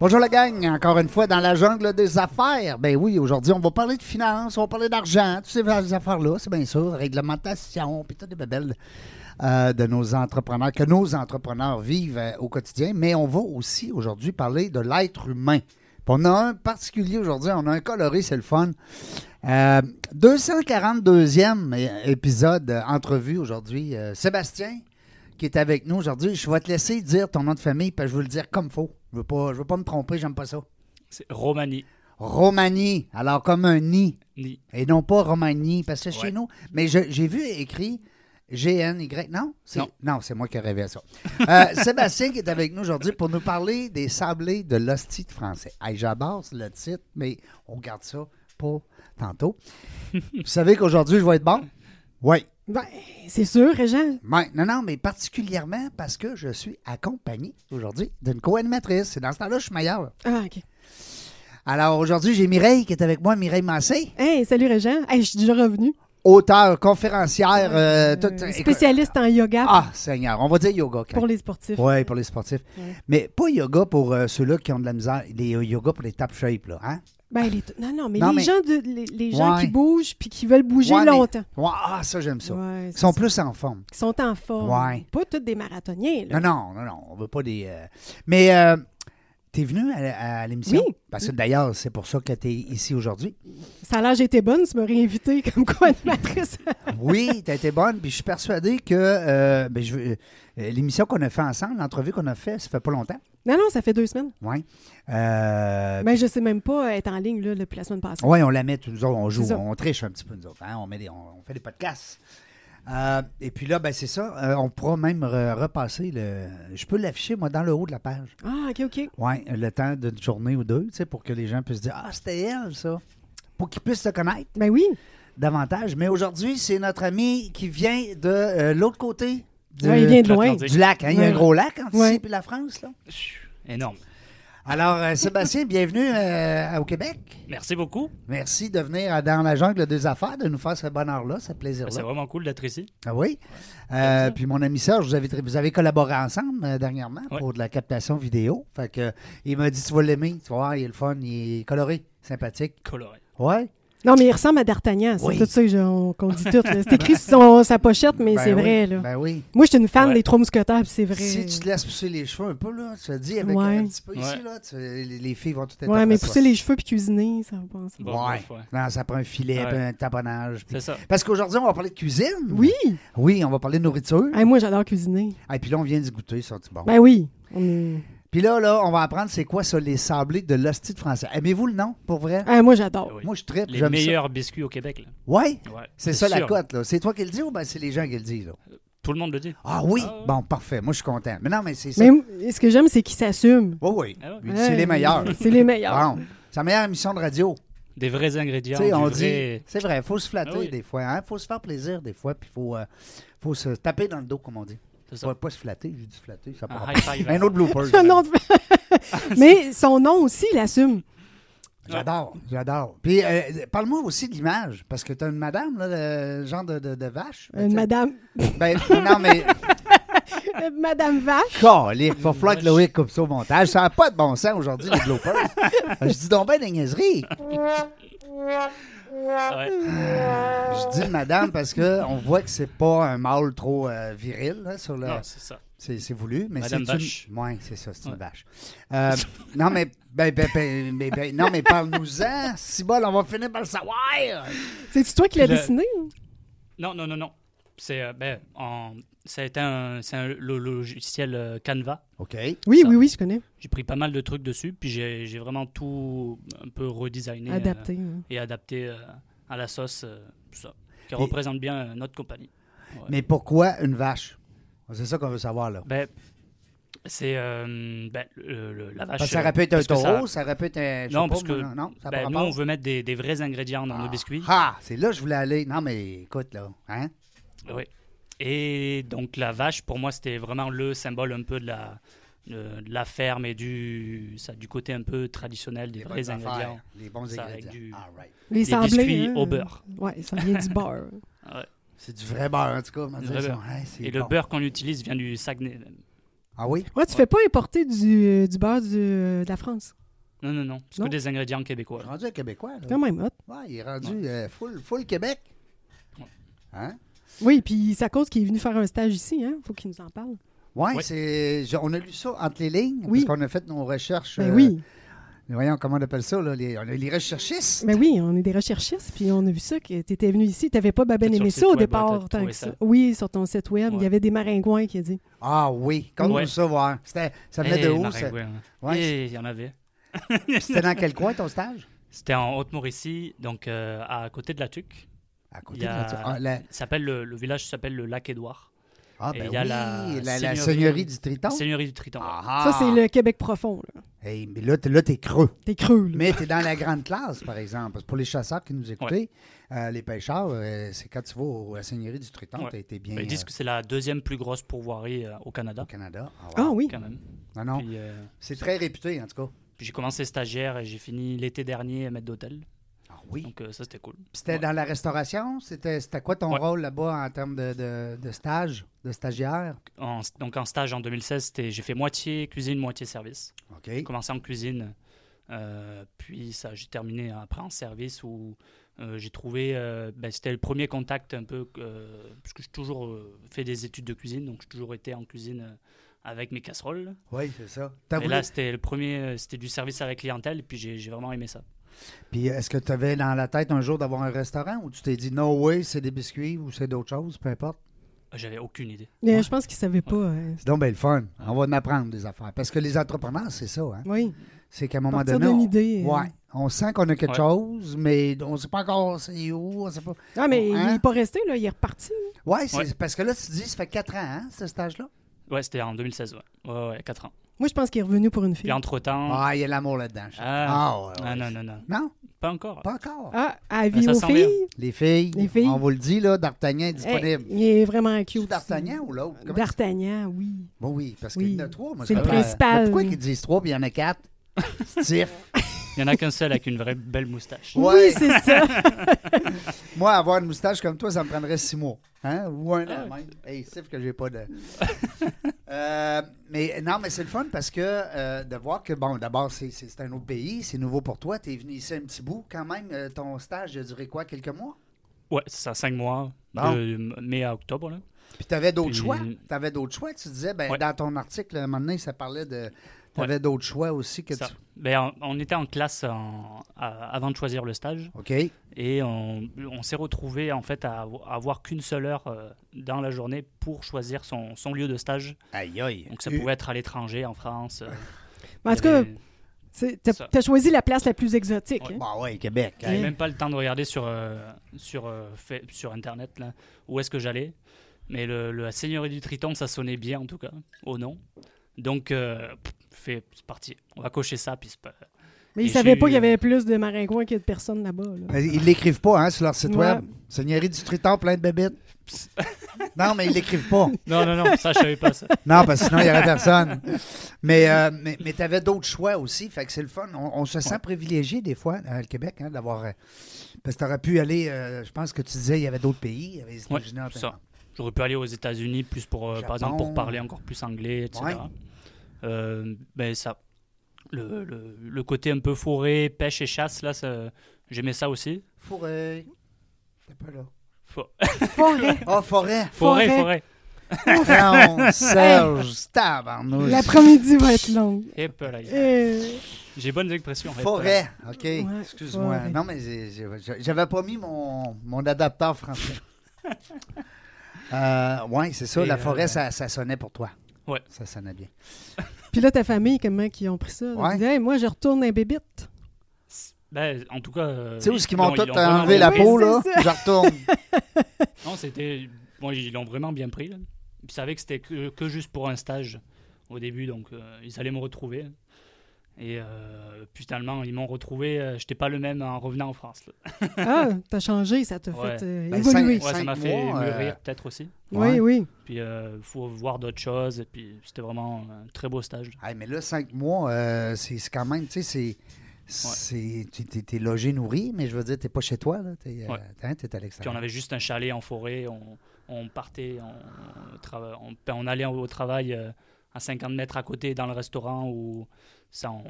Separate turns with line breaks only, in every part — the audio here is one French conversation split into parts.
Bonjour la gang, encore une fois dans la jungle des affaires. Ben oui, aujourd'hui on va parler de finances, on va parler d'argent, toutes ces affaires-là, c'est bien sûr, réglementation, puis toutes des bébelles euh, de nos entrepreneurs, que nos entrepreneurs vivent euh, au quotidien. Mais on va aussi aujourd'hui parler de l'être humain. Puis on a un particulier aujourd'hui, on a un coloré, c'est le fun. Euh, 242e é- épisode, euh, entrevue aujourd'hui. Euh, Sébastien, qui est avec nous aujourd'hui, je vais te laisser dire ton nom de famille, puis je veux le dire comme faux. Je veux pas, je veux pas me tromper, j'aime pas ça.
C'est Romani.
Romani, alors comme un nid,
Ni.
et non pas Romani, parce que chez
Ouais.
nous, mais je- j'ai vu écrit G-N-Y, non? C'est-
Non.
Non, c'est moi qui ai rêvé à ça. Euh, Sébastien qui est avec nous aujourd'hui pour nous parler des sablés de l'hostie de français. Hey, J'adore le titre, mais on garde ça pour tantôt. Vous savez qu'aujourd'hui, je vais être bon? Oui.
Ben, c'est sûr, Réjean.
Mais- non, non, mais particulièrement parce que je suis accompagné aujourd'hui d'une co-animatrice. C'est dans ce temps-là, je suis meilleur. là.
Ah, OK.
Alors aujourd'hui, j'ai Mireille qui est avec moi, Mireille Massé,
Hey, salut, Réjean. Hey, je suis déjà revenu.
auteure, conférencière, euh, toute-
Spécialiste en yoga
Ah, Seigneur, on va dire yoga.
pour les sportifs.
Oui, pour les sportifs.
Ouais.
Mais pas yoga pour euh, ceux-là qui ont de la misère, les euh, yoga pour les tap shape, là, hein?
Ben, les t- Non, non, mais
Non,
les
mais-
gens, de- les, les gens
Ouais.
qui bougent puis qui veulent bouger
Ouais, mais-
longtemps.
Ouais, ah, ça, j'aime ça.
Ouais,
Ils
c'est
sont
ça.
plus en forme.
Qui sont en forme.
Ouais.
Pas tous des marathoniens, là.
Non, non, non, non, on veut pas des... euh, Mais euh, t'es venu à, à l'émission?
Oui.
Parce que d'ailleurs, c'est pour ça que t'es ici aujourd'hui.
Ça a l'air j'étais bonne, tu m'as réinvité comme co-animatrice.
Oui, t'as été bonne, puis je suis persuadé que euh, ben, je veux- euh, l'émission qu'on a fait ensemble, l'entrevue qu'on a fait, ça fait pas longtemps.
non, non, ça fait deux semaines.
Oui. Euh,
Mais je sais même pas être en ligne, là, depuis la semaine passée.
Oui, on la met, tous nous autres, on joue,
C'est ça.
on triche un petit peu, nous autres. hein, on, met des- on, on fait des podcasts. Euh, et puis là, ben, c'est ça. euh, on pourra même re- repasser le. Je peux l'afficher, moi, dans le haut de la page.
Ah, OK, OK.
Oui, le temps d'une journée ou deux, tu sais, pour que les gens puissent dire Ah, c'était elle, ça. Pour qu'ils puissent se connaître
Ben oui.
davantage. Mais aujourd'hui, c'est notre ami qui vient de euh, l'autre côté du,
Ouais, il vient de loin.
l'Atlantique.
du lac. hein. Il y a un
Ouais.
gros lac entre
Ouais.
ici et la France, là.
Chut, Énorme.
Alors, euh, Sébastien, bienvenue euh, au Québec.
Merci beaucoup.
Merci de venir à dans la jungle des affaires, de nous faire ce bonheur-là, ce
C'est
plaisir-là.
vraiment cool d'être ici.
Ah oui. Euh, puis mon ami Serge, vous avez, tra- vous avez collaboré ensemble euh, dernièrement
Ouais.
pour de la captation vidéo. Fait que euh, il m'a dit tu vas l'aimer, tu vas voir, il est le fun, il est coloré, sympathique.
Coloré.
Ouais.
Non, mais il ressemble à D'Artagnan. C'est
Oui.
tout ça je- on- qu'on dit tout. là. C'est écrit sur son- sa pochette, mais
Ben
c'est
oui,
vrai, là.
Ben oui.
Moi, j'étais une fan
Ouais.
des Trois Mousquetaires, puis c'est vrai.
Si tu te laisses pousser les cheveux un peu là, tu te dis avec euh,
Ouais.
un petit peu ici
Ouais.
là, tu- les, les filles vont tout être
Ouais,
après
mais
ça.
pousser les cheveux puis cuisiner, ça va pas ensemble.
Bon,
Ouais.
bref, ouais.
Non, ça prend un filet,
Ouais.
puis un taponnage. puis-
C'est ça.
Parce qu'aujourd'hui, on va parler de cuisine.
Oui!
Oui, on va parler de nourriture.
Mm.
Hey, moi, j'adore cuisiner.
Ah
Et puis là, on vient d'y goûter, ça, c'est bon.
Ben oui!
Ah
On est-
Puis là, là, on va apprendre c'est quoi ça, les sablés de l'hostie de français. Aimez-vous le nom, pour vrai?
Ah, moi, j'adore.
Eh Oui.
Oh, Moi, je tripe,
Les
j'aime ça.
meilleurs biscuits au Québec. là.
Ouais?
Ouais.
C'est ça la
sûr.
cote, là. C'est toi qui le dis ou ben, c'est les gens qui le disent, là?
Tout le monde le dit.
Ah oui?
Ah ouais.
Bon, parfait. Moi, je suis content. Mais non, mais c'est ça.
Mais m- ce que j'aime, c'est qu'ils s'assument.
Oui, oui.
Ah ouais.
Mais C'est les
Hey,
meilleurs.
C'est les meilleurs.
Bon. C'est la meilleure émission de radio.
Des vrais ingrédients.
Tu sais,
du
on
vrai-
dit. C'est vrai, faut se flatter
Ah oui.
des fois. hein. faut se faire plaisir des fois. Puis faut, euh, faut se taper dans le dos, comme on dit.
C'est ça. Ah,
Faut pas se flatter, j'ai dit se flatter. Ça part.
Un high five.
Un autre blooper.
Un autre- mais son nom aussi, il assume.
J'adore, j'adore. Puis euh, parle-moi aussi de l'image, parce que tu as une madame, là, le genre de, de- de vache.
Une Euh, madame,
Ben, non, mais.
euh, madame Vache.
Calique, va falloir que Loïc coupe ça au montage. Ça n'a pas de bon sens aujourd'hui, les bloopers. Je dis donc ben des niaiseries.
Ouais.
Je dis madame parce qu'on voit que c'est pas un mâle trop euh, viril là, sur le.
Non, c'est ça.
C'est c'est voulu, mais c'est
Madame
une...
vache.
Ouais, c'est ça, c'est une
Ouais.
vache. Euh, non, mais, ben, ben, ben, ben, ben, non, mais parle-nous-en. Si bol, on va finir par le savoir.
C'est-tu toi qui l'as
Le-
dessiné?
Non, non, non, non. C'est euh, ben, en... ça a été un, c'est un- le logiciel euh, Canva.
OK.
Oui,
Ça.
oui, oui, je connais.
J'ai pris pas mal de trucs dessus, puis j'ai j'ai vraiment tout un peu redesigné. euh,
Adapté. hein.
et adapté euh, à la sauce, euh, tout ça, qui
Et-
représente bien euh, notre compagnie.
Mais pourquoi une vache? C'est ça qu'on veut savoir, là.
Ben, c'est euh, ben, le- le- la vache.
Parce que ça
euh,
répète un
parce que ça-
taureau, ça... répète un. je
Non,
sais pas,
parce que-
moi, Non, ça a
ben,
pas
nous,
rapport.
on veut mettre des, des vrais ingrédients dans nos biscuits.
Ah, c'est là que je voulais aller. Non, mais écoute, là. Hein?
Oui. Et donc, la vache, pour moi, c'était vraiment le symbole un peu de la, de- de la ferme et du, ça, du côté un peu traditionnel des
Les
vrais
bonnes affaires,
ingrédients.
Les bons
Ça, avec
ingrédients.
du-
All right.
Les
Des
sablés,
biscuits
hein.
au beurre.
Ouais, ça vient du beurre.
Ouais.
C'est du vrai beurre, en tout cas. comment
Du
dire
vrai
ça?
beurre.
Ouais, c'est
Et
bon.
le beurre qu'on utilise vient du Saguenay. même.
Ah oui?
Ouais, tu fais pas importer du, du beurre du- euh, de la France.
Non, non, non. C'est
Non.
que des ingrédients
Je
québécois.
suis rendu un Québécois, là.
Quand même hot.
Ouais, il est rendu euh, full, full Québec.
Ouais.
Hein?
Oui, puis c'est à cause qu'il est venu faire un stage ici, hein? Faut qu'il nous en parle.
Ouais,
Ouais.
c'est. je- On a lu ça entre les lignes,
Oui.
parce qu'on a fait nos recherches.
Ben
euh,
oui,
Voyons comment on appelle ça, là, les, on a les recherchistes.
ben oui, on est des recherchistes, puis on a vu ça, que t'étais venu ici, t'avais pas ben
Peut-être sur
aimé
le
ça
site
au
web, hein,
départ.
t'as
tant
trouvé
que ça.
ça.
Oui, sur ton site web, il y
Ouais.
avait des maringouins qui a dit.
Ah oui, comme
Ouais.
nous ça, voir. C'était, ça venait
Eh,
de où? ça?
Maringouin, hein.
Ouais,
Eh, il y en avait.
C'était dans quel coin ton stage?
C'était en Haute-Mauricie, donc euh, à côté de la Tuque.
À côté
Il y a-
de la... Ah, la-
ça s'appelle le, le village s'appelle le Lac Édouard.
ah,
Et
ben
il y a
oui,
la
la, la
seigneurie-
seigneurie du Triton.
Seigneurie du Triton.
Ah,
Ça, c'est
ah.
le Québec profond, là.
Hey, mais là, t'es, là, t'es creux.
T'es creux, là.
Mais t'es dans la grande classe, par exemple. Parce que pour les chasseurs qui nous écoutaient, euh, les pêcheurs, euh, c'est quand tu vas au- à la seigneurie du Triton,
Ouais. Ben,
t'as été bien
Bah, Ils disent
euh,
que c'est la deuxième plus grosse pourvoirie euh, au Canada.
au Canada. Ah, wow.
Ah oui,
Quand même.
Non, non.
Puis, euh,
C'est très réputé, en tout cas.
puis j'ai commencé stagiaire et j'ai fini l'été dernier maître d'hôtel.
Ah oui.
Donc euh, ça c'était cool.
Puis C'était
Ouais.
dans la restauration? C'était, c'était quoi ton
Ouais.
rôle là-bas en termes de, de- de stage, de stagiaire?
En- donc en stage en 2016, c'était- j'ai fait moitié cuisine, moitié service.
OK.
J'ai commencé en cuisine, euh, puis ça j'ai terminé après en service où euh, j'ai trouvé, euh, ben, c'était le premier contact un peu, euh, parce que j'ai toujours euh, fait des études de cuisine, donc j'ai toujours été en cuisine euh, avec mes casseroles.
Oui, c'est ça. T'as
Et
voulu-
là c'était le premier, euh, c'était du service à la clientèle, puis j'ai j'ai vraiment aimé ça.
Puis est-ce que tu avais dans la tête un jour d'avoir un restaurant ou tu t'es dit no way, c'est des biscuits ou c'est d'autres choses, peu importe?
J'avais aucune idée.
Mais je pense qu'ils savaient pas. euh,
C'est donc bien le fun. On va en apprendre des affaires. Parce que les entrepreneurs, c'est ça. Hein?
Oui,
C'est qu'à un moment
Partir
donné.
d'une
on-
idée, euh.
Ouais. On sent qu'on a quelque
Ouais.
chose, mais on ne sait pas encore c'est où, on sait pas.
Ah, mais
Hein?
il est pas resté, là. Il est reparti.
Ouais, c'est
Ouais.
parce que là, tu te dis, ça fait quatre ans, hein, ce stage-là?
Ouais, c'était en 2016, ouais. Ouais, ouais, 4 ans.
Moi, je pense qu'il est revenu pour une fille.
Puis entre-temps...
Ah, il y a de l'amour là-dedans. je sais.
Mm. Ah,
ouais,
ah,
ouais.
non, non, non.
Non,
Pas encore.
pas encore.
Ah, à
Ben,
vie
ça
aux
sent bien.
filles.
Les filles,
Les filles.
on vous le dit, là, D'Artagnan est
Hey,
disponible.
il est vraiment
C'est
cute.
D'Artagnan ou l'autre? Comment-
D'Artagnan, oui.
Bon, oui, parce
Oui.
qu'il y en a trois. moi,
C'est
je
le
comprends.
principal.
Mais Pourquoi ils disent trois puis il y en a quatre? Stiff.
Il n'y en a qu'un seul avec une vraie belle moustache.
Ouais.
Oui, c'est ça.
Moi, avoir une moustache comme toi, ça me prendrait six mois. Hein? Ou un
Ah.
an même. Hey, sauf que j'ai pas de. Euh, mais non, mais c'est le fun parce que euh, de voir que, bon, d'abord, c'est- c'est c'est un autre pays, c'est nouveau pour toi. Tu es venu ici un petit bout quand même. Euh, ton stage a duré quoi, quelques mois?
Ouais, c'est ça, 5 mois,
Bon.
de mai à octobre. Là.
Puis tu avais d'autres
Puis-
choix. Tu avais d'autres choix. Tu disais, ben,
Ouais.
dans ton article, à un moment donné, ça parlait de. Tu avais d'autres choix aussi que
Ça.
tu.
Ben, on, on était en classe en- à- avant de choisir le stage
OK.
et on, on s'est retrouvé en fait à, av- à avoir qu'une seule heure euh, dans la journée pour choisir son, son lieu de stage.
Aïe, aïe.
Donc ça pouvait être à l'étranger, en France. euh,
Mais en
il
tout
y
cas,
avait-
tu as,
Ça.
choisi la place la plus exotique.
Ouais.
hein.
Bah ouais, Québec.
J'avais
Ouais.
même pas le temps de regarder sur, euh, sur, euh, fait- sur Internet là, où est-ce que j'allais. Mais le, le- la Seigneurie du Triton, ça sonnait bien en tout cas, au nom. Donc, euh, pff, fait, c'est parti. On va cocher ça. Puis c'est pas-
Mais ils
Et
savaient
j'ai
pas qu'il y
eu-
avait plus de maringouins qu'il y a de personnes là-bas. là.
Mais Eh, ben, Ils l'écrivent pas hein, sur leur site
Ouais.
web. Seigneurie du Triton, plein de bébites. non, mais ils l'écrivent pas.
Non, non, non, ça, je savais pas ça.
Non, parce que sinon, il n'y aurait personne. Mais, euh, mais, tu avais d'autres choix aussi. Fait que c'est le fun. On, on se sent privilégié des fois euh, à Québec hein, d'avoir. euh, parce que tu aurais pu aller. euh, je pense que tu disais il y avait d'autres pays. Il y avait les
Ouais,
États-Unis, enfin,
ça. J'aurais pu aller aux États-Unis plus pour, euh,
Japon.
par exemple, pour parler encore plus anglais, etc.
Ouais.
Euh, ben ça, le, le- le côté un peu forêt, pêche et chasse, là, ça- j'aimais ça aussi.
Forêt. C'était pas là.
Fo-
Forêt.
Ah, forêt.
forêt,
Forêt.
forêt.
Non, Serge, tabarnouche.
L'après-midi va être long.
Et peu, là,
Euh,
J'ai bonnes expressions. et peu.
Forêt, OK.
Ouais,
Excuse-moi.
forêt.
Non, mais j'ai- j'ai- j'avais pas mis mon, mon adapteur français. euh, oui, c'est ça.
Et,
la
euh,
forêt, ça, ça sonnait pour toi.
Ouais.
Ça sonnait bien.
Puis là, ta famille, comment ils ont pris ça? Ils
Ouais.
disaient, Hey, moi, je retourne un bébite.
Ben, en tout cas. euh,
Tu sais où ce
ils
qu'ils
l'ont-
m'ont
ils
tout
l'ont vraiment
enlevé
bien
la
Oui,
pris.
peau,
c'est
là?
ça.
Je retourne.
Non, c'était. Bon, ils l'ont vraiment bien pris. là. Ils savaient que c'était que, que juste pour un stage au début, donc euh, ils allaient me retrouver. Et euh, puis finalement, ils m'ont retrouvé. euh, J'étais pas le même en revenant en France. là.
Ah, t'as changé, ça t'a
Ouais.
fait euh,
Ben,
évoluer.
cinq-
Ouais, ça m'a
cinq
fait
mois, euh,
mûrir peut-être aussi.
ouais.
Oui, oui.
Puis euh, faut voir d'autres choses. Et puis c'était vraiment un très beau stage.
Hey, mais là, cinq mois, euh, c'est c'est quand même, tu sais, c'est. c'est- tu- T'es t'es logé, nourri, mais je veux dire, t'es pas chez toi, là. T'es euh,
Ouais.
hein, t'es à
Puis on
l'extérieur.
avait juste un ben, chalet en forêt. On, on partait, on, on trava- on, on allait au travail euh, à 50 mètres à côté dans le restaurant où ça, on-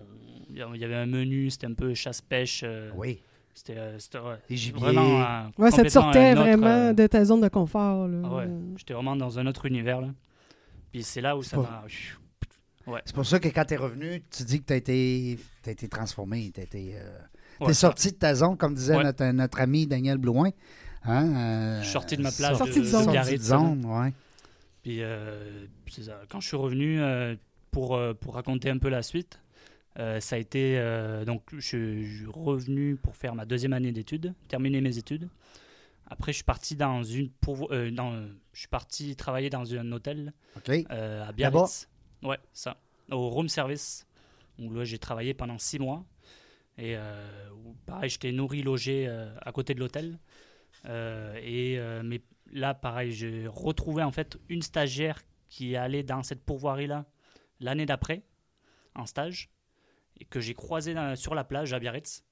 il y avait un menu, c'était un peu chasse-pêche. euh,
Oui.
C'était euh, c'était, ouais,
Les gibiers.
vraiment. euh,
Ouais, ça te
complètement
sortait
un autre,
vraiment
euh,
de ta zone de confort. Là.
ah ouais, j'étais vraiment dans un autre univers. Là. Puis c'est là où Oh, ça
Pas-
m'a.
C'est pour ça que quand t'es revenu, tu dis que t'as été, t'as été transformé, t'as été... euh, T'es
Ouais,
sorti de ta zone, comme disait
Ouais.
notre, notre ami Daniel Blouin. Hein, euh,
Je suis sorti de ma plage
Sorti de
de,
zone.
de
sorti de
Biarritz,
zone, ouais.
Puis euh, c'est ça. quand je suis revenu euh, pour, euh, pour raconter un peu la suite, euh, ça a été euh, donc je, je suis revenu pour faire ma deuxième année d'études, terminer mes études. Après je suis parti dans une pourvo- euh, dans, je suis parti travailler dans un hôtel
OK.
euh, à Biarritz. Ouais, ça. Au room service où là j'ai travaillé pendant six mois et euh, où, pareil j'étais nourri logé euh, à côté de l'hôtel Euh, et euh, mais là pareil j'ai retrouvé en fait une stagiaire qui est allée dans cette pourvoirie là l'année d'après en stage et que j'ai croisée dans- sur la plage à Biarritz.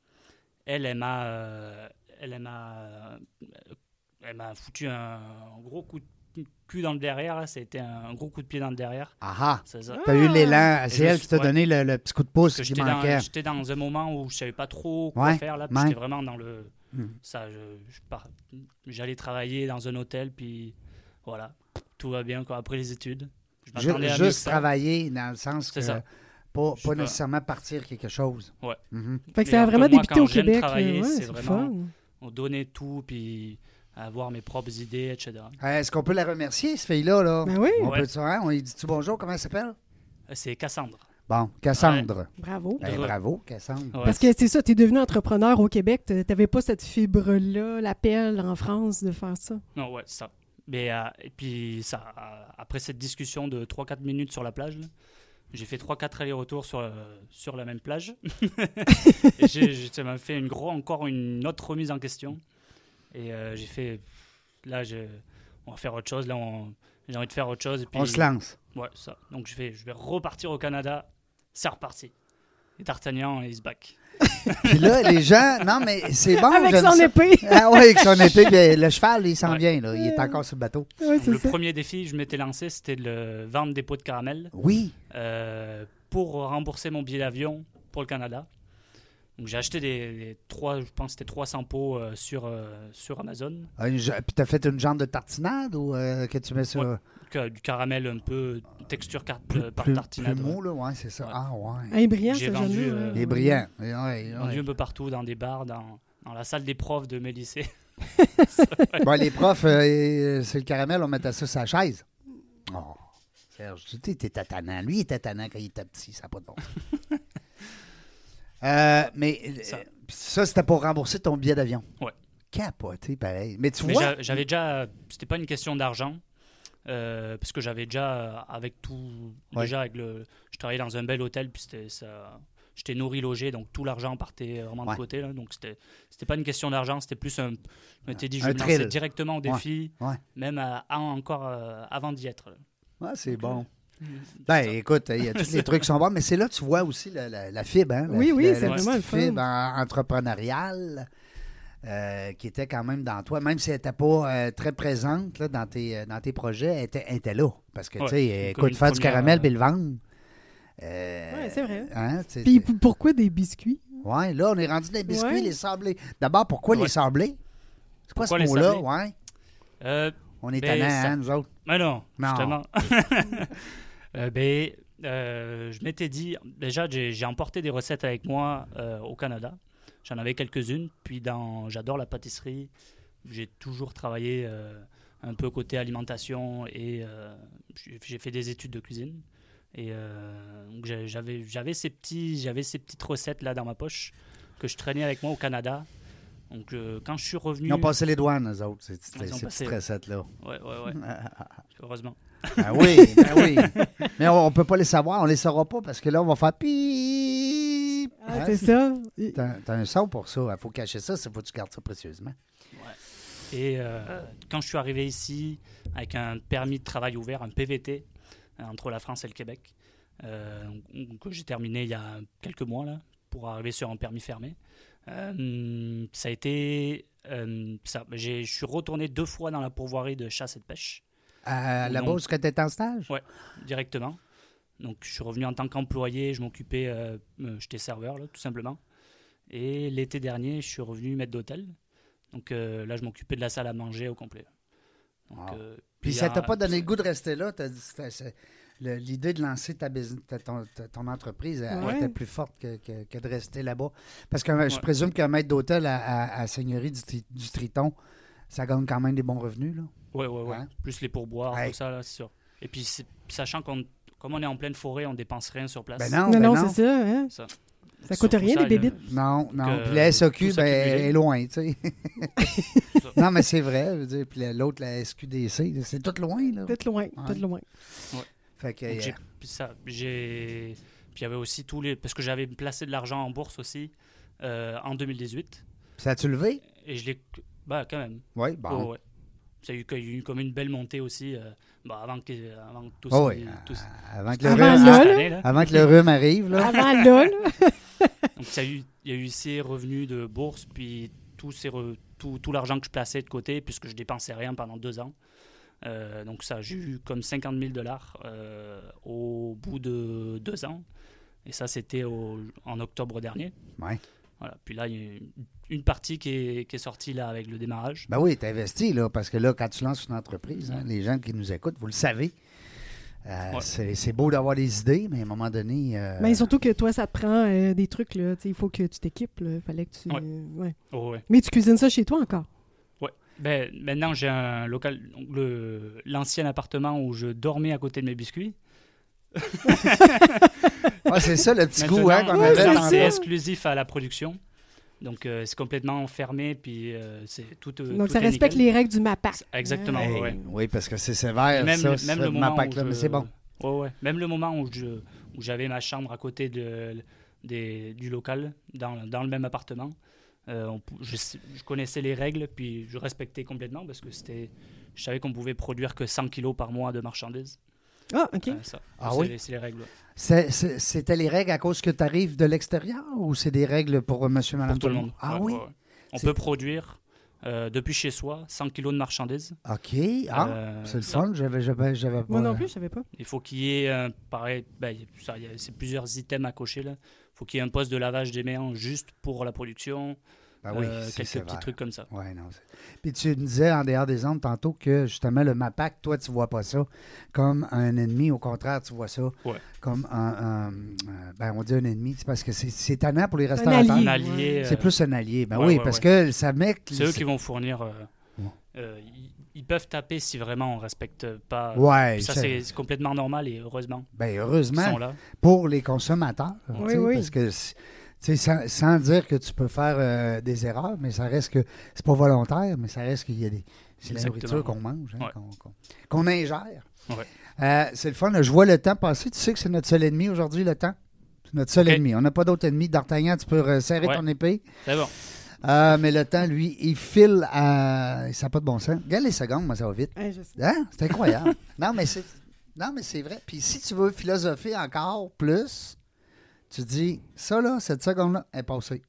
Elle elle m'a euh, elle elle m'a euh, elle m'a foutu un gros coup de cul dans le derrière là, c'était un gros coup de pied dans le derrière.
Ah ah.
C'est ça.
T'as eu l'élan.
je
C'est elle
suis-
qui t'a
ouais.
donné le, le petit coup de pouce
Parce que
qui
j'étais dans,
manquait.
j'étais dans un moment où je savais pas trop quoi
Ouais,
faire là, puis
ouais.
j'étais vraiment dans le
Hmm.
ça je, je pars- j'allais travailler dans un hôtel puis voilà, tout va bien quoi après les études.
Ju-
Je m'attendais à mieux que
Juste
ça.
travailler dans le sens que
C'est ça.
pas,
Je sais
pas
pas.
nécessairement partir quelque chose.
Ouais.
Mhm.
Fait que
Mais en
ça a
tout cas,
vraiment
moi,
débuté
quand
au
j'aime
Québec. là.
travailler,
Ouais,
c'est
c'est le
vraiment-
fun.
On donnait tout puis avoir mes propres idées etc.
Euh, Est-ce qu'on peut la remercier, cette fille-là? Là?
Ben oui,
On
Ouais.
peut dire, hein, on lui dit-tu bonjour? Comment elle s'appelle?
Euh, C'est Cassandre.
Bon, Cassandre.
bravo.
Ben,
Dre.
bravo, Cassandre.
Ouais,
Parce que c'est ça, t'es devenu entrepreneur au Québec, t'a- t'avais pas cette fibre-là, l'appel en France de faire ça.
Non, ouais, c'est ça. Mais, euh, et puis, ça, euh, après cette discussion de 3-4 minutes sur la plage, là, j'ai fait 3-4 allers-retours sur, euh, sur la même plage. et j'ai, j'ai- ça m'a fait une gros, encore une autre remise en question. Et euh, j'ai fait, là, je, on va faire autre chose. Là, on- j'ai envie de faire autre chose. Et puis,
On se lance.
Ouais, ça. Donc, je vais, je vais repartir au Canada. C'est reparti. Et D'Artagnan, is back.
Puis là, les gens... Non, mais c'est bon.
Avec
j'aime
son
ça.
épée!
Ah oui, avec son épée, puis le cheval, il s'en
Ouais.
vient. Là. Il est encore sur le bateau.
Ouais,
Donc,
c'est
le
ça.
premier défi que je m'étais lancé, c'était de le vendre des pots de caramel.
Oui.
euh, pour rembourser mon billet d'avion pour le Canada. Donc j'ai acheté des, des trois, je pense que c'était 300 pots euh, sur, euh, sur Amazon,
Ah, une ja- Puis t'as fait une genre de tartinade ou euh, que tu mets sur...
Ouais, Que- euh, du caramel un peu texture car- euh, par
Plus-
tartinade.
plus
ouais.
mot, là, ouais, c'est ça.
Ouais.
Ah ouais.
Ah, il est brillant, ce
J'ai
hein. jeune-là.
vendu, euh,
ouais,
Il
ouais.
est brillant. Ouais, ouais.
Vendu un peu partout dans des bars, dans, dans la salle des profs de mes lycées.
Bon, les profs, euh, c'est le caramel, on mettait ça sur la chaise. Oh, Serge, tu sais, t'es tatanant. Lui, il était tatanant quand il était petit, ça n'a pas de bon sens. Euh, mais euh,
Ça.
ça, c'était pour rembourser ton billet d'avion.
Ouais.
Capoté, pareil. Mais tu
Mais
vois,
j'a- j'avais déjà, c'était pas une question d'argent. euh, parce que j'avais déjà euh, avec tout
Ouais.
déjà avec le je travaillais dans un bel hôtel puis c'était ça j'étais nourri logé donc tout l'argent partait vraiment
Ouais.
de côté là, donc c'était c'était pas une question d'argent c'était plus un je m'étais dit je
Un
vais me lancer
thrill.
directement au
Ouais.
défi
Ouais.
même à- à- encore euh, avant d'y être là.
Ouais, c'est
euh,
bon. Ben, écoute, il y a tous les trucs qui sont bons, mais c'est là que tu vois aussi la, la- la fibre. Hein, la-
Oui, oui,
la-
c'est
la
vraiment
petite
le fun.
fibre en- entrepreneuriale euh, qui était quand même dans toi, même si elle n'était pas euh, très présente là, dans, tes, euh, dans tes projets, elle était, elle était là. Parce que,
Ouais,
tu sais,
comme
écoute,
une
faire du
première,
caramel
euh,
puis le vendre. euh,
Ouais, c'est vrai.
hein, tu sais,
Puis
c'est-
p- pourquoi des biscuits?
ouais, là, on est rendu dans les biscuits,
Ouais.
les sablés. D'abord, pourquoi
Ouais.
les sablés? C'est quoi
Pourquoi
ce
les
mot-là?
sablés?
Ouais.
Euh,
On est
Ben,
tannants,
ça-
hein, nous autres.
Mais non,
Non.
justement. Euh, ben, euh, je m'étais dit, déjà, j'ai j'ai emporté des recettes avec moi euh, au Canada. J'en avais quelques-unes. Puis, dans, j'adore la pâtisserie. J'ai toujours travaillé euh, un peu côté alimentation et euh, j'ai j'ai fait des études de cuisine. Et euh, donc, j'ai- j'avais j'avais ces, petits- j'avais ces petites recettes là dans ma poche que je traînais avec moi au Canada. Donc, euh, quand je suis revenu.
Ils ont passé les douanes, eux autres, ces, petites-
Ils ont
ces
passé-
petites recettes-là.
Ouais, ouais, ouais. Heureusement.
Ben oui, ben oui. Mais on ne peut pas les savoir, on les saura pas parce que là, on va faire pip.
Ah,
Hein?
c'est ça. Il-
T'as t'as un son pour ça. Il faut cacher ça, il faut que tu gardes ça précieusement.
Et euh, quand je suis arrivé ici avec un permis de travail ouvert, un PVT, euh, entre la France et le Québec, euh, que j'ai terminé il y a quelques mois, là, pour arriver sur un permis fermé, euh, ça a été. euh, ça, j'ai- je suis retourné deux fois dans la pourvoirie de chasse et de pêche,
Euh, Là-bas,
Non.
est-ce que tu en stage?
directement. Donc, je suis revenu en tant qu'employé, je m'occupais, euh, euh, j'étais serveur, là, tout simplement. Et l'été dernier, je suis revenu maître d'hôtel. Donc euh, là, je m'occupais de la salle à manger au complet. Donc,
Wow.
euh,
Puis ça
en-
t'a pas donné le goût de rester là. T'as dit- c'était- c'est- le- L'idée de lancer ta business, ta- ton, ta- ton entreprise elle
Ouais.
était plus forte que, que- que de rester là-bas. Parce que euh, je
Ouais.
présume qu'un maître d'hôtel à, à- à Seigneurie du, Tri- du Triton, ça gagne quand même des bons revenus. Là.
Ouais, ouais, ouais.
Hein?
Plus les pourboires,
Ouais.
tout ça, là, c'est sûr. Et puis, c'est- sachant qu'on, comme on est en pleine forêt, on dépense rien sur place.
Ben non,
Non,
ben
non,
non.
Ah, c'est ça. Hein?
Ça,
Ça coûte rien, les
bébés.
bébites.
Non, non.
euh,
puis la SAQ, ben,
tout s'accumuler.
est loin, tu sais.
Ça.
non, mais c'est vrai. je veux dire. Puis la- l'autre, la SQDC, là, c'est tout loin, là.
Peut-être loin, peut-être loin.
Fait que,
Donc,
euh,
j'ai- puis ça, j'ai. Puis il y avait aussi tous les. Parce que j'avais placé de l'argent en bourse aussi euh, en 2018.
ça a-tu levé?
Et je l'ai. Bah, quand même.
Oui, bon.
Ouais, ouais. Ça a eu, il y a eu comme une belle montée aussi. euh, bah, avant que, avant que tout
Oh,
ça-
oui.
tout ça-
Avant que le,
Avant
rhume,
là,
cette
là.
année, là.
avant que le rhume arrive, là.
Avant là, là.
Donc, ça a eu, il y a eu ces revenus de bourse, puis tous ces re- tout, tout l'argent que je plaçais de côté, puisque je dépensais rien pendant deux ans. Euh, donc, ça, j'ai eu comme 50 000 dollars euh, au bout de deux ans. Et ça, c'était au- en octobre dernier.
Ouais.
Voilà. Puis là, il y a une- une partie qui est, qui est sortie là avec le démarrage.
Ben oui, t'investis là, parce que là, quand tu lances une entreprise, hein, les gens qui nous écoutent, vous le savez, euh,
Ouais.
c'est c'est beau d'avoir des idées, mais à un moment donné, euh,
Mais surtout que toi, ça te prend euh, des trucs, là. Tu sais, Il faut que tu t'équipes, là. Fallait que tu.
Ouais.
ouais.
Oh, ouais.
Mais tu cuisines ça chez toi encore.
Ben, maintenant, j'ai un local, donc le- l'ancien appartement où je dormais à côté de mes biscuits.
ah, c'est ça le petit goût hein, qu'on
Maintenant, euh,
Ouais,
avait
c'est
dans
ça.
c'est exclusif à la production. Donc, euh, c'est complètement fermé, puis euh, c'est tout. euh,
Donc,
tout
ça
est
respecte
nickel.
les règles du MAPAC.
Exactement,
Hey,
ouais. ouais.
Oui, parce que c'est
Et
sévère,
Même,
ça,
le-
ce
même le moment où
MAPAC, là, mais
je-
c'est bon.
Ouais, ouais. Même le moment où je- où j'avais ma chambre à côté de, des- du local, dans, dans le même appartement, euh, on pou- je, sais- je connaissais les règles, puis je respectais complètement parce que c'était, je savais qu'on pouvait produire que 100 kilos par mois de marchandises.
Ah, OK.
Euh, ça,
Ah
c'est-
oui?
C'est les règles. ouais.
C'est- c'est- C'était les règles à cause que tu arrives de l'extérieur ou c'est des règles pour euh, monsieur, madame,
Pour tout le monde.
Ah
Ouais,
oui?
ouais, ouais. On
C'est-
peut produire euh, depuis chez soi 100 kilos de marchandises.
OK. Ah,
Euh,
c'est le
ça,
fun, j'avais j'avais- j'avais pas... euh,
Moi non plus, je savais pas.
Il faut qu'il y ait, euh, pareil, ben, il y a- ça, il y a- c'est plusieurs items à cocher là. Il faut qu'il y ait un poste de lavage des mains juste pour la production,
Ben oui,
euh,
c'est
quelques
sévère.
petits trucs comme ça.
Ouais, non. c'est- Puis tu me disais en dehors des ondes tantôt que justement le MAPAC, toi, tu vois pas ça comme un ennemi. Au contraire, tu vois ça
Ouais.
comme un, un- euh, Ben, on dit un ennemi, c'est parce que c'est- c'est tannant pour les
un
restaurateurs.
allié.
Un allié,
C'est
euh,
plus un allié. Ben
ouais,
oui,
ouais,
parce
ouais.
que ça met. que-
C'est eux qui vont fournir. euh,
Ouais.
euh, ils- ils peuvent taper si vraiment on respecte pas.
Ouais,
ça
ça-
c'est c'est complètement normal et heureusement
ben,
qu'ils sont
heureusement
là.
pour les consommateurs.
Oui,
tu sais,
oui.
Parce que si- tu sais, sans, sans dire que tu peux faire euh, des erreurs, mais ça reste que c'est pas volontaire, mais ça reste qu'il y a des. C'est la
Exactement.
nourriture qu'on mange, hein,
Ouais.
qu'on- qu'on qu'on ingère.
Ouais.
Euh, c'est le fun. là. Je vois le temps passer. Tu sais que c'est notre seul ennemi aujourd'hui, le temps. C'est notre seul
Ok.
ennemi. On n'a pas d'autre ennemi. D'Artagnan, tu peux euh, serrer
Ouais.
ton épée.
C'est bon.
Euh, mais le temps, lui, il file à. Ça n'a pas de bon sens. Regarde les secondes, moi, ça va vite.
Hein, je sais.
Hein? C'est incroyable. non, mais c'est. Non, mais c'est vrai. Puis si tu veux philosopher encore plus, tu dis ça là, cette seconde-là, elle est passée.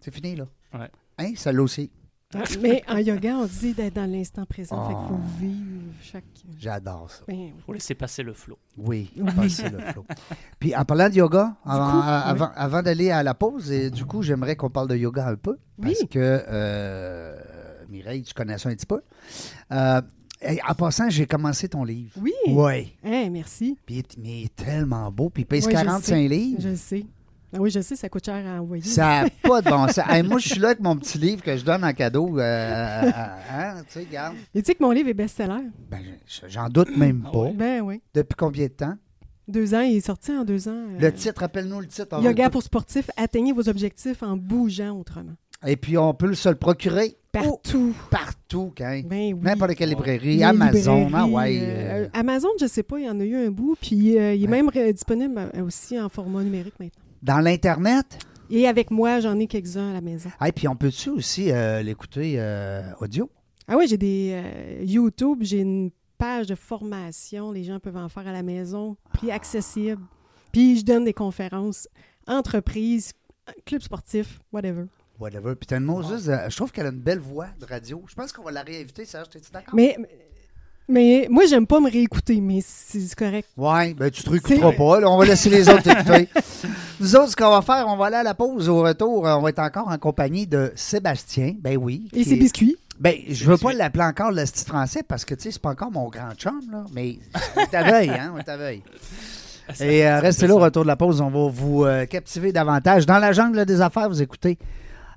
C'est fini là.
Ouais.
Hein, celle-là aussi.
Ah, Mais en yoga, on dit d'être dans l'instant présent. Fait qu'il
Oh.
faut vivre chaque.
J'adore ça.
Ben,
Faut laisser passer le flot.
Oui, passer le flow. Puis en parlant de yoga, avant, euh,
coup,
avant, avant d'aller à la pause, et du coup, j'aimerais qu'on parle de yoga un peu.
Oui.
Parce que, euh, Mireille, tu connais ça un petit peu. Euh, et en passant, j'ai commencé ton livre.
oui.
Oui.
Hein, merci.
Puis il est- mais il est tellement beau. Puis il pèse
Oui, je
45 livres.
Je le sais. Ah oui, je sais, ça coûte cher à envoyer.
Ça n'a pas de bon sens. Hey, moi, je suis là avec mon petit livre que je donne en cadeau. euh, à- à- hein, tu sais, regarde.
Et tu sais que mon livre est best-seller?
Ben, je- j'en doute même
Ah
pas.
ouais?
Ben oui.
Depuis combien de temps?
Euh, Deux ans, il est sorti en deux ans. euh,
Le titre, rappelle-nous le titre. on va
Yoga
le-
pour sportifs, atteignez vos objectifs en bougeant autrement.
Et puis, on peut se le procurer
Partout.
partout, quand même.
Ben oui.
N'importe quelle
Ouais.
librairie,
Les
Amazon,
librairies,
ah ouais.
euh,
euh,
Amazon, je sais pas, il y en a eu un bout, puis euh, il est
Ouais.
même euh, disponible euh, aussi en format numérique maintenant.
dans l'Internet.
Et avec moi, j'en ai quelques-uns à la maison.
Et puis, on peut-tu aussi euh, l'écouter euh, audio?
Ah oui, j'ai des euh, YouTube, j'ai une page de formation, les gens peuvent en faire à la maison, puis
Ah.
accessible. Puis je donne des conférences, entreprises, clubs sportifs, whatever.
Whatever. Puis, t'as une Moses, euh, je trouve qu'elle a une belle voix de radio. Je pense qu'on va la réinviter, Serge. T'es-tu d'accord?
Mais mais Mais moi, j'aime pas me réécouter, mais c'est correct.
Oui, ben tu te réécouteras pas. là. on va laisser les autres écouter. Nous autres, ce qu'on va faire, on va aller à la pause. Au retour, euh, on va être encore en compagnie de Sébastien. Ben oui.
Et
qui
ses
est-
biscuits.
Ben, je veux pas l'appeler encore le style français parce que, tu sais, c'est pas encore mon grand chum, là. Mais on est à veille, hein? On est à veille.
Ah,
Et euh, restez là au retour de la pause. On va vous euh, captiver davantage. Dans la jungle des affaires, vous écoutez,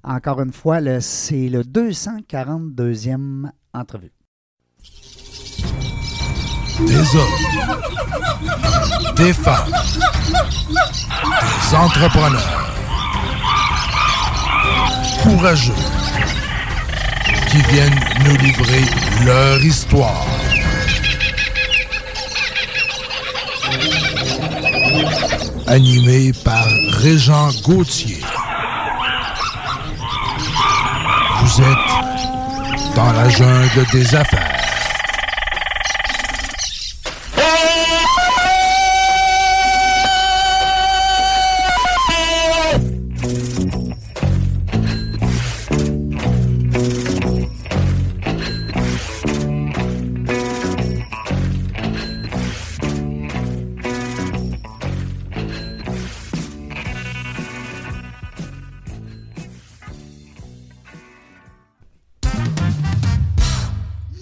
encore une fois, le- c'est le 242e entrevue.
des hommes, des femmes, des entrepreneurs, courageux, qui viennent nous livrer leur histoire. Animé par Régent Gauthier. Vous êtes dans la jungle des affaires.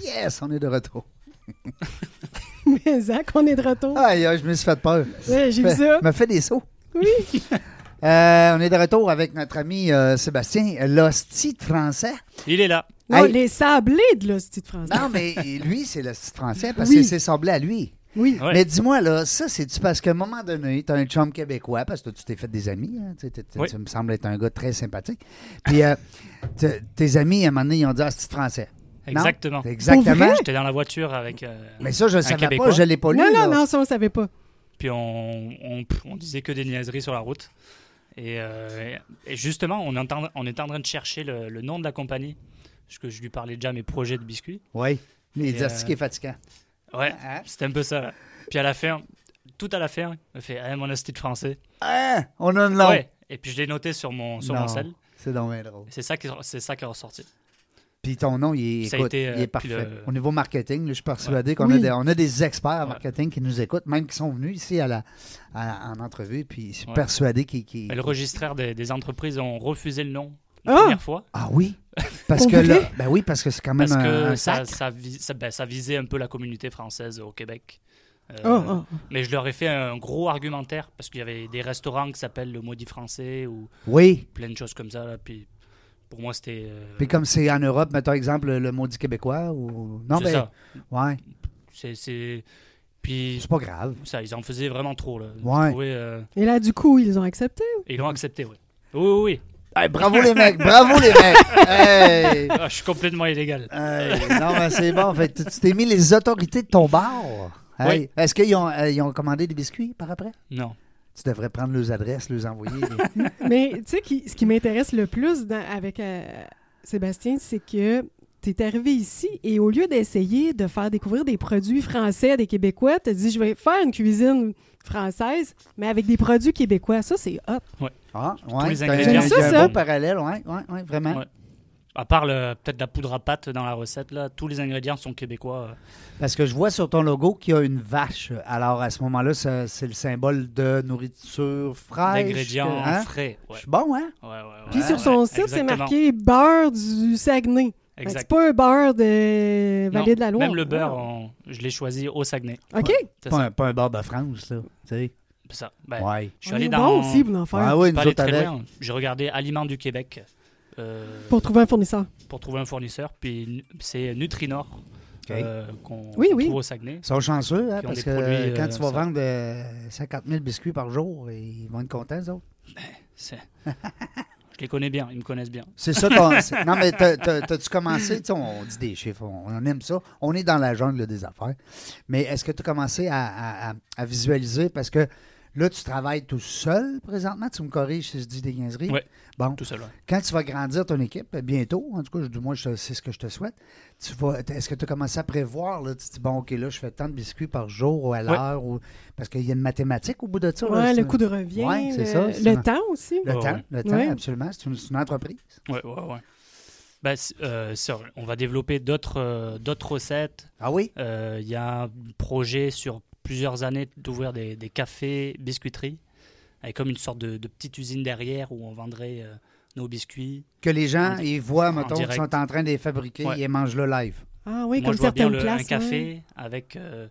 Yes, on est de retour.
Mais Zach, on est de retour.
Aïe, aïe, je me suis fait peur.
Ouais, J'ai vu
Fait-
ça.
me fait des sauts.
Oui.
Euh, on est de retour avec notre ami euh, Sébastien, l'hostie de français.
Il est là.
Non,
Hey.
les sablés de l'hostie de France.
Non, mais lui, c'est l'hostie de français parce
Oui.
que c'est semblé à lui.
Oui.
Ouais.
Mais dis-moi, là, ça, c'est-tu parce qu'à un moment donné, t'as un chum québécois, parce que tu t'es fait des amis, hein, tu sais, t'es- t'es-
Oui.
tu me sembles être un gars très sympathique. Puis euh, te- tes amis, à un moment donné, ils ont dit Ah, c'est français. Non?
Exactement.
Exactement.
vrai?
J'étais dans la voiture avec. euh,
Mais ça, je le savais
Québécois.
pas, je l'ai pas lu.
Non,
là.
non, non, ça, on ne savait pas.
Puis on, on, pff, on disait que des niaiseries sur la route. Et, euh, et justement, on, est en train- on était en train de chercher le, le nom de la compagnie. Parce que je lui parlais déjà de mes projets de biscuits.
Oui. Les
Et, euh,
ah, qui est fatigant.
Ouais,
Hein?
c'était un peu ça. là. Puis à la fin, tout à la fin, il fait Ah, mon hostie de français.
Hein? on a un nom.
Ouais. Et puis je l'ai noté sur mon, sur
Non.
mon sel.
C'est donc bien drôle.
Et C'est ça, qui- c'est ça qui est ressorti.
Puis ton nom, il, est-
Ça a
écoute,
été, euh,
il est parfait.
puis le-
Au niveau marketing, là, je suis persuadé qu'on a,
Oui.
des, on a des experts en
Ouais.
marketing qui nous écoutent, même qui sont venus ici à la, à- en entrevue, puis je suis
Ouais.
persuadé qu'ils... qu'ils-
Mais le registraire des, des entreprises ont refusé le nom la
Ah!
première fois.
Ah oui? Parce
Pour
que là,
vrai?
ben oui, parce que c'est quand même
Parce
un,
que
un
ça,
sac.
ça, vis- ça- ben, ça visait un peu la communauté française au Québec. Euh,
Oh, oh, oh.
Mais je leur ai fait un gros argumentaire parce qu'il y avait des restaurants qui s'appellent le maudit français ou
Oui.
plein de choses comme ça. là, Puis pour moi, c'était. euh,
Puis comme c'est en Europe, mettons exemple le maudit québécois ou. Non,
c'est
mais.
ça.
Ouais.
C'est- c'est- Puis
C'est pas grave.
ça, ils en faisaient vraiment trop. Là. Ils
Ouais.
trouvaient, euh,
Et là, du coup, ils ont accepté.
et ils l'ont accepté, oui. Oui, oui, oui.
Hey, bravo les mecs, bravo les mecs. Hey.
Ah, je suis complètement illégal.
Hey, Non, mais c'est bon. Fait, que tu tu t'es mis les autorités de ton bar. Hey, Est-ce qu'ils ont, euh, ils ont commandé des biscuits par après?
Non.
Tu devrais prendre leurs adresses, les envoyer.
Mais tu sais, qui- ce qui m'intéresse le plus dans- avec euh, Sébastien, c'est que tu es arrivé ici et au lieu d'essayer de faire découvrir des produits français à des Québécois, tu as dit je vais faire une cuisine française, mais avec des produits québécois. Ça, c'est hop.
Ah, ouais.
les
t'as-
ingrédients.
t'as-
Ça,
t'as un
ça.
beau parallèle, ouais, ouais, ouais, vraiment.
Ouais. À part le- peut-être la poudre à pâte dans la recette, là, tous les ingrédients sont québécois. euh.
Parce que je vois sur ton logo qu'il y a une vache. Alors à ce moment-là, ça- c'est le symbole de nourriture
Ah,
fraîche.
D'ingrédients
hein?
frais.
Je
Ouais.
suis bon, hein?
Ouais, ouais, ouais,
Puis
ouais,
sur son
ouais,
site, c'est
exactement.
marqué beurre du Saguenay. Fait que
Exact.
C'est pas un beurre de
Non,
Vallée de la Loire. Ah.
Même le beurre, on- je l'ai choisi au Saguenay.
OK.
C'est
Pas
ça.
un, pas un bar de France, là. Tu sais.
C'est ça. Ben,
Ouais.
Je suis
On
allé
est
dans.
bon aussi pour en faire.
Ah oui,
je suis
nous
pas allé
autres
très hein.
avec.
loin. J'ai regardé Aliments du Québec euh,
Pour trouver un fournisseur.
pour trouver un fournisseur. Puis nu- c'est Nutrinor euh, qu'on
Oui,
qu'on
oui.
trouve au Saguenay.
Ils sont chanceux, hein,
Qui ont
parce
des
que
produits,
euh, quand
euh,
tu vas
ça.
vendre euh, 50 000 biscuits par jour, ils vont être contents, eux autres.
C'est- je les connais bien, ils me connaissent bien.
C'est ça ton. c'est- non, mais t'as- t'as- t'as-tu commencé? tu sais, on dit des chiffres, on, on aime ça. On est dans la jungle des affaires. Mais est-ce que tu as commencé à, à- à- à visualiser? Parce que là, tu travailles tout seul présentement. Tu me corriges si je dis des niaiseries.
Ouais.
Bon,
Tout seul. ouais.
quand tu vas grandir ton équipe, bientôt, en tout cas, je, du moins, je te- c'est ce que je te souhaite, tu vas, est-ce que tu as commencé à prévoir, là, tu te dis, bon, OK, là, je fais tant de biscuits par jour ou à l'heure, ou, parce qu'il y a une mathématique au bout de ça. là,
Ouais,
c'est-
le coup de revient,
Ouais, c'est
le,
ça, c'est
le
ça.
temps aussi.
Le
Ah Ouais,
temps,
ouais.
le temps,
Ouais.
absolument, c'est une, c'est une entreprise.
Ouais, ouais, ouais. Ben, c'est- euh, sur- on va développer d'autres euh, d'autres recettes.
Ah oui?
Euh, Il y a un projet sur plusieurs années d'ouvrir des, des cafés biscuiteries, avec comme une sorte de, de petite usine derrière où on vendrait euh, nos biscuits.
Que les gens,
En di-
ils voient,
en
mettons, qu'ils
direct.
sont en train de les fabriquer,
Ouais.
ils les mangent le live.
Ah oui,
Moi,
comme
je vois bien
certaines
le-
places.
un café avec. euh,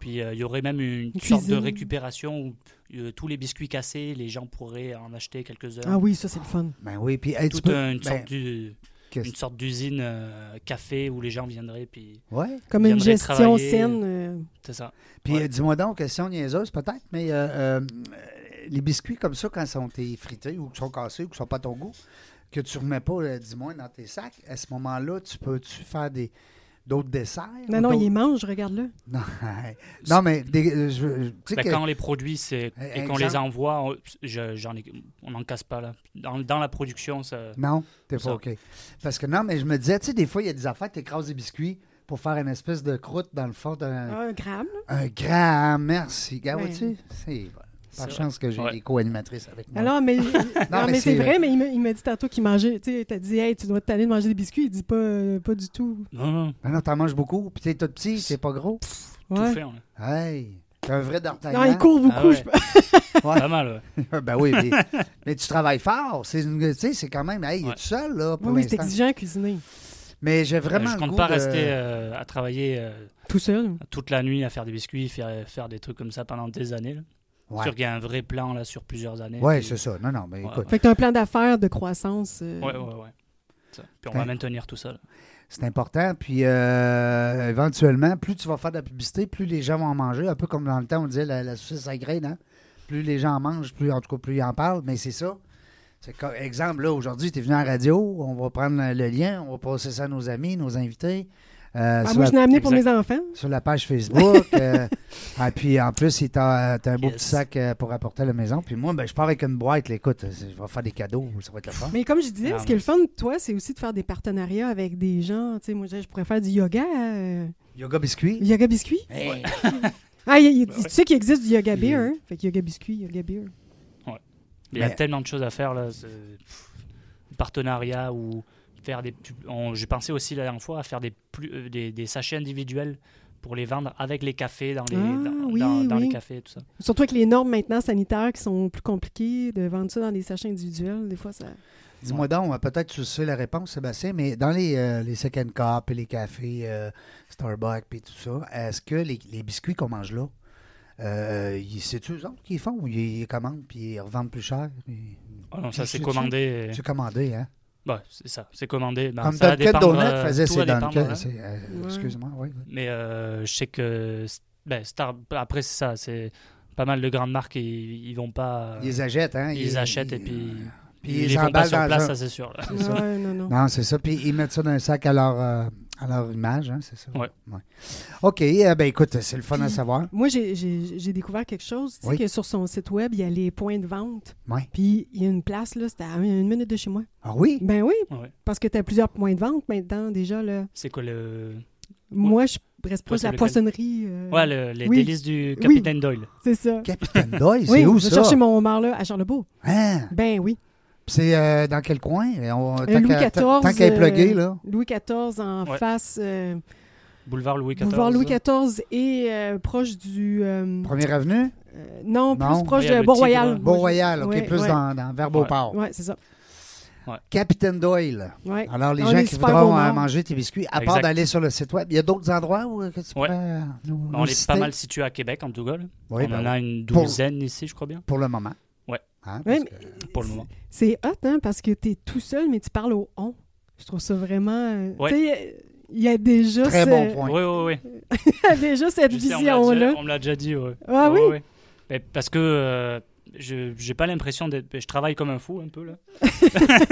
puis euh, il y aurait même une,
Une
sorte de
cuisine.
récupération où euh, tous les biscuits cassés, les gens pourraient en acheter quelques-uns.
ouais. Ah oui, ça, c'est le fun.
Ben oui, puis hey, tu
Toute
peux-
un- une,
ben,
sorte du-
qu'est-ce-
une sorte d'usine euh, café où les gens viendraient. Puis
Ouais.
Comme une
Viendrait
gestion
travailler.
saine. euh,
c'est ça.
Puis
Ouais.
euh, dis-moi donc, question niaiseuse peut-être, mais euh, euh, euh, les biscuits comme ça, quand sont frités ou qui sont cassés ou qui sont pas à ton goût, que tu remets pas, euh, dis-moi, dans tes sacs, à ce moment-là, tu peux-tu faire des d'autres desserts?
Non,
ou
non,
d'autres-
il mange, regarde-le.
Non, non, mais des- euh, je veux- tu sais
Ben,
que-
quand on les produit c'est
Eh,
et qu'on les
exemple.
envoie, on je- j'en ai- on n'en casse pas là. Dans, dans la production, ça.
Non, t'es
Ça.
pas OK. Parce que non, mais je me disais, tu sais, des fois, il y a des affaires, t'écrases des biscuits pour faire une espèce de croûte dans le fond d'un
Un gramme, Ah, là.
un grand merci. Regarde,
Ouais.
vois-tu? C'est par
ça-
chance que j'ai
Ouais.
des co-animatrices avec moi.
Alors, mais, non,
mais
mais c'est
c'est-
vrai, mais il m'a- il m'a dit tantôt qu'il mangeait. Tu sais, t'as dit, hey, tu dois t'aller de manger des biscuits. Il dit pas, euh, pas du tout.
Non, non,
Non, non, t'en manges beaucoup, puis t'es tout petit, t'es pas gros.
tout
Ouais.
fait. on a-
Hey, t'es un vrai d'Artagnan.
Non, il court beaucoup.
Ah ouais.
je pense.
Pas mal. ouais.
ben oui, mais, mais tu travailles fort. C'est une- tu sais, c'est quand même, hey, il est
Ouais. Euh,
tout seul, là, pour
Oui, oui, c'est
l'instant.
exigeant à cuisiner.
Mais j'ai vraiment
je
le
compte
goût
pas
de-
rester euh, à travailler euh,
Tout seul.
toute la nuit à faire des biscuits, faire, faire des trucs comme ça pendant des années. là. C'est
Ouais,
sûr qu'il y a un vrai plan là sur plusieurs années.
Ouais,
puis-
c'est ça. Non, non, mais
Ouais,
écoute,
ouais.
Fait que t'as un plan d'affaires de croissance. euh,
Ouais, ouais, ouais. Ça. Puis on va
Ouais.
maintenir tout ça. là.
c'est important. Puis euh, éventuellement, plus tu vas faire de la publicité, plus les gens vont en manger. Un peu comme dans le temps, on disait la, la saucisse à graines, hein? Plus les gens en mangent, plus en tout cas, plus ils en parlent. Mais c'est ça. C'est comme, exemple, là, aujourd'hui, tu es venu en radio, on va prendre le lien, on va passer ça à nos amis, nos invités. Euh,
Ah,
sur
moi,
la-
je l'ai amené pour mes
Exact.
enfants.
sur la page Facebook. euh, ah, puis en plus, il t'a t'as un beau
Yes.
petit sac euh, pour apporter à la maison. Puis moi, ben, je pars avec une boîte. là, écoute, je vais faire des cadeaux. Ça va être le fun.
Mais comme je disais,
Ah,
ce qui est le fun, toi, c'est aussi de faire des partenariats avec des gens. Tu sais, moi, je je pourrais faire du yoga. euh,
Yoga biscuit.
yoga biscuit.
Hey.
Ah, il- il- tu sais qu'il existe du yoga
Il-
beer. hein? Fait que yoga biscuit, yoga beer.
Il y a
Mais-
tellement de choses à faire là. c'est- pff, Partenariat ou faire des. pub- on- J'ai pensé aussi la dernière fois à faire des, plus, euh, des, des sachets individuels pour les vendre avec les cafés dans les,
Ah,
dans,
oui,
dans- dans
oui.
les cafés tout ça.
Surtout avec les normes maintenant sanitaires qui sont plus compliquées, de vendre ça dans des sachets individuels, des fois, ça.
Dis-moi donc, hein, peut-être que tu sais la réponse, Sébastien, mais dans les, euh, les second cup et les cafés, euh, Starbucks et tout ça, est-ce que les, les biscuits qu'on mange là, euh, ils- c'est-tu eux autres qui les font ou ils, ils commandent puis ils revendent plus cher? Ils-
Ah non, ça
Tu-
c'est
tu-
commandé.
C'est commandé, hein?
Ouais, c'est ça, c'est commandé. Ben,
Comme
ça va
Dunkin'
dépendre,
Donut
euh,
faisait
tout va
ses
dépendre,
Dunkin'.
hein.
c'est- euh,
Ouais.
Excuse-moi, oui.
Mais euh, je sais que ben, Star- après c'est ça, c'est pas mal de grandes marques ils, ils vont pas, euh,
Ils les achètent, hein?
ils achètent et puis
Puis
ils,
ils
les font pas
emballent
sur
dans
place,
un-
ça c'est sûr. là.
C'est ça.
Ouais, non, non.
Non, c'est ça. Puis ils mettent ça dans un sac à leur, euh, à leur image, hein, c'est ça?
Ouais.
OK. euh, ben écoute, c'est le fun à savoir.
Moi, j'ai- j'ai j'ai découvert quelque chose. Tu sais
Oui.
que sur son site web, il y a les points de vente.
Ouais.
Puis il y a une place, là, c'était à une minute de chez moi.
Ah oui?
Ben oui,
Ouais.
parce que tu as plusieurs points de vente maintenant, déjà, là.
C'est quoi le,
Moi, je reste proche de
c'est
la
lequel?
poissonnerie. euh,
ouais, le- les
oui.
délices du Capitaine Doyle.
C'est ça.
Capitaine Doyle,
oui,
c'est où
je
ça?
cherchais mon homard, là, à Charlebourg.
Hein?
Ben oui.
C'est euh, dans quel coin? Et on-
Euh,
tant
Louis
qu'à- tant-
XIV.
Tant qu'elle est
euh,
pluguée, là.
Louis XIV en
Ouais. hein.
face. euh,
Boulevard Louis XIV.
boulevard Louis XIV et euh, proche du. euh,
Première avenue?
euh, non, plus
Non.
proche
Il y a
de
le
Bois-Royal.
Tigre.
Beau-Royal, OK,
Ouais,
plus
ouais.
dans, dans vers Beauport.
Oui, c'est ça.
Capitaine Doyle.
Ouais.
Alors, les
On
gens
est
qui
super
voudront
gourmands.
euh, manger tes biscuits, à part
Exact.
d'aller sur le site web, il y a d'autres endroits où euh, que tu
Ouais.
pourrais, euh, nous,
Ben,
nous
on est pas
citer?
mal situé à Québec en tout cas. là.
Oui, ben
on
bah
en
oui.
a une
Pour-
douzaine ici, je crois bien,
Pour le moment.
Ouais.
Hein,
Ouais,
parce que-
pour le moment.
C'est hot, hein, parce que t'es tout seul, mais tu parles au on. Je trouve ça vraiment. euh,
Ouais.
Tu sais, il y a déjà,
Très
ce-
bon point.
Oui, oui, oui.
il y a déjà cette
Je sais, on me l'a déjà-
vision-là.
on me l'a déjà dit. ouais.
Ah
Ouais,
oui?
ouais. Ben, parce que euh, je j'ai pas l'impression d'être. ben, Je travaille comme un fou un peu là.